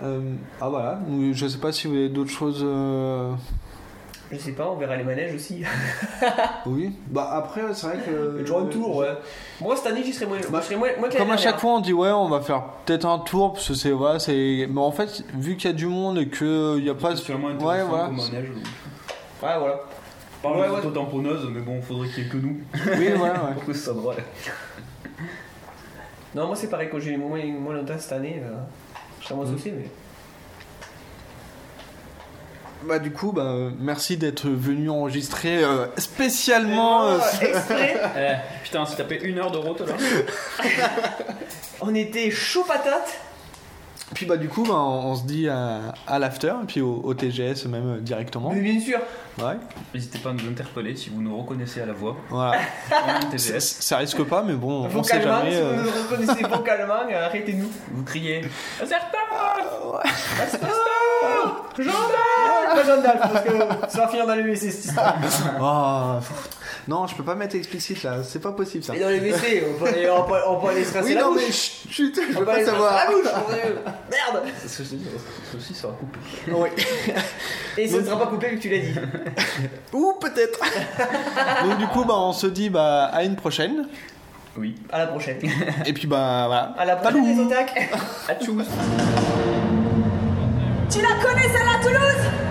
Euh, ah voilà, Donc, je sais pas si vous avez d'autres choses. euh, Je sais pas, on verra les manèges aussi. Oui, bah après, c'est vrai que. Toujours un tour, ouais. Moi, cette année, j'y serai moins. Bah, je serai moins, moins que Comme à l'année chaque dernière. fois, on dit ouais, on va faire peut-être un tour parce que c'est voilà, c'est. Mais en fait, vu qu'il y a du monde et que euh, il y a pas. Seulement Ouais, voilà. Ouais, voilà. Par Ouais, ouais, ouais. tamponneuse, mais bon, faudrait qu'il y ait que nous. Oui, voilà, [LAUGHS] ouais. [LAUGHS] Pour que ce soit drôle. Non, moi, c'est pareil, quand j'ai eu moins, moins longtemps cette année, euh, je serai moins aussi, mais. Bah du coup, bah euh, merci d'être venu enregistrer euh, spécialement. euh, ce- Oh, exprès, Eh, putain, si t'as fait une heure de route là. on était chaud patate. Puis bah du coup, bah, on, on se dit à, à l'after et puis au, au TGS même euh, directement. Mais bien sûr. Ouais. N'hésitez pas à nous interpeller si vous nous reconnaissez à la [LAUGHS] voix. Voilà. On est en ça, TGS. ça risque pas, mais bon, on sait Vocalement, jamais. si vous euh, nous [LAUGHS] reconnaissez vocalement, euh, arrêtez-nous. Vous criez. Gandalf Pas Gandalf, parce que ça va finir dans les WC cette histoire. oh, pff. Non, je peux pas mettre explicite là, c'est pas possible ça. Et dans les WC, on peut, on peut, on peut aller se rincer Oui, la non, bouche. mais chut, chut, je On veux peut aller pas se rincer savoir. la bouche, on peut- Merde Ceci, ceci sera coupé. Oui. Et ça ne sera pas coupé vu que tu l'as dit. Ou peut-être. [LAUGHS] Donc du coup, bah, on se dit bah, à une prochaine. Oui. À la prochaine. Et puis bah voilà. À la prochaine les otaques À tous. Tu la connais celle-là, Toulouse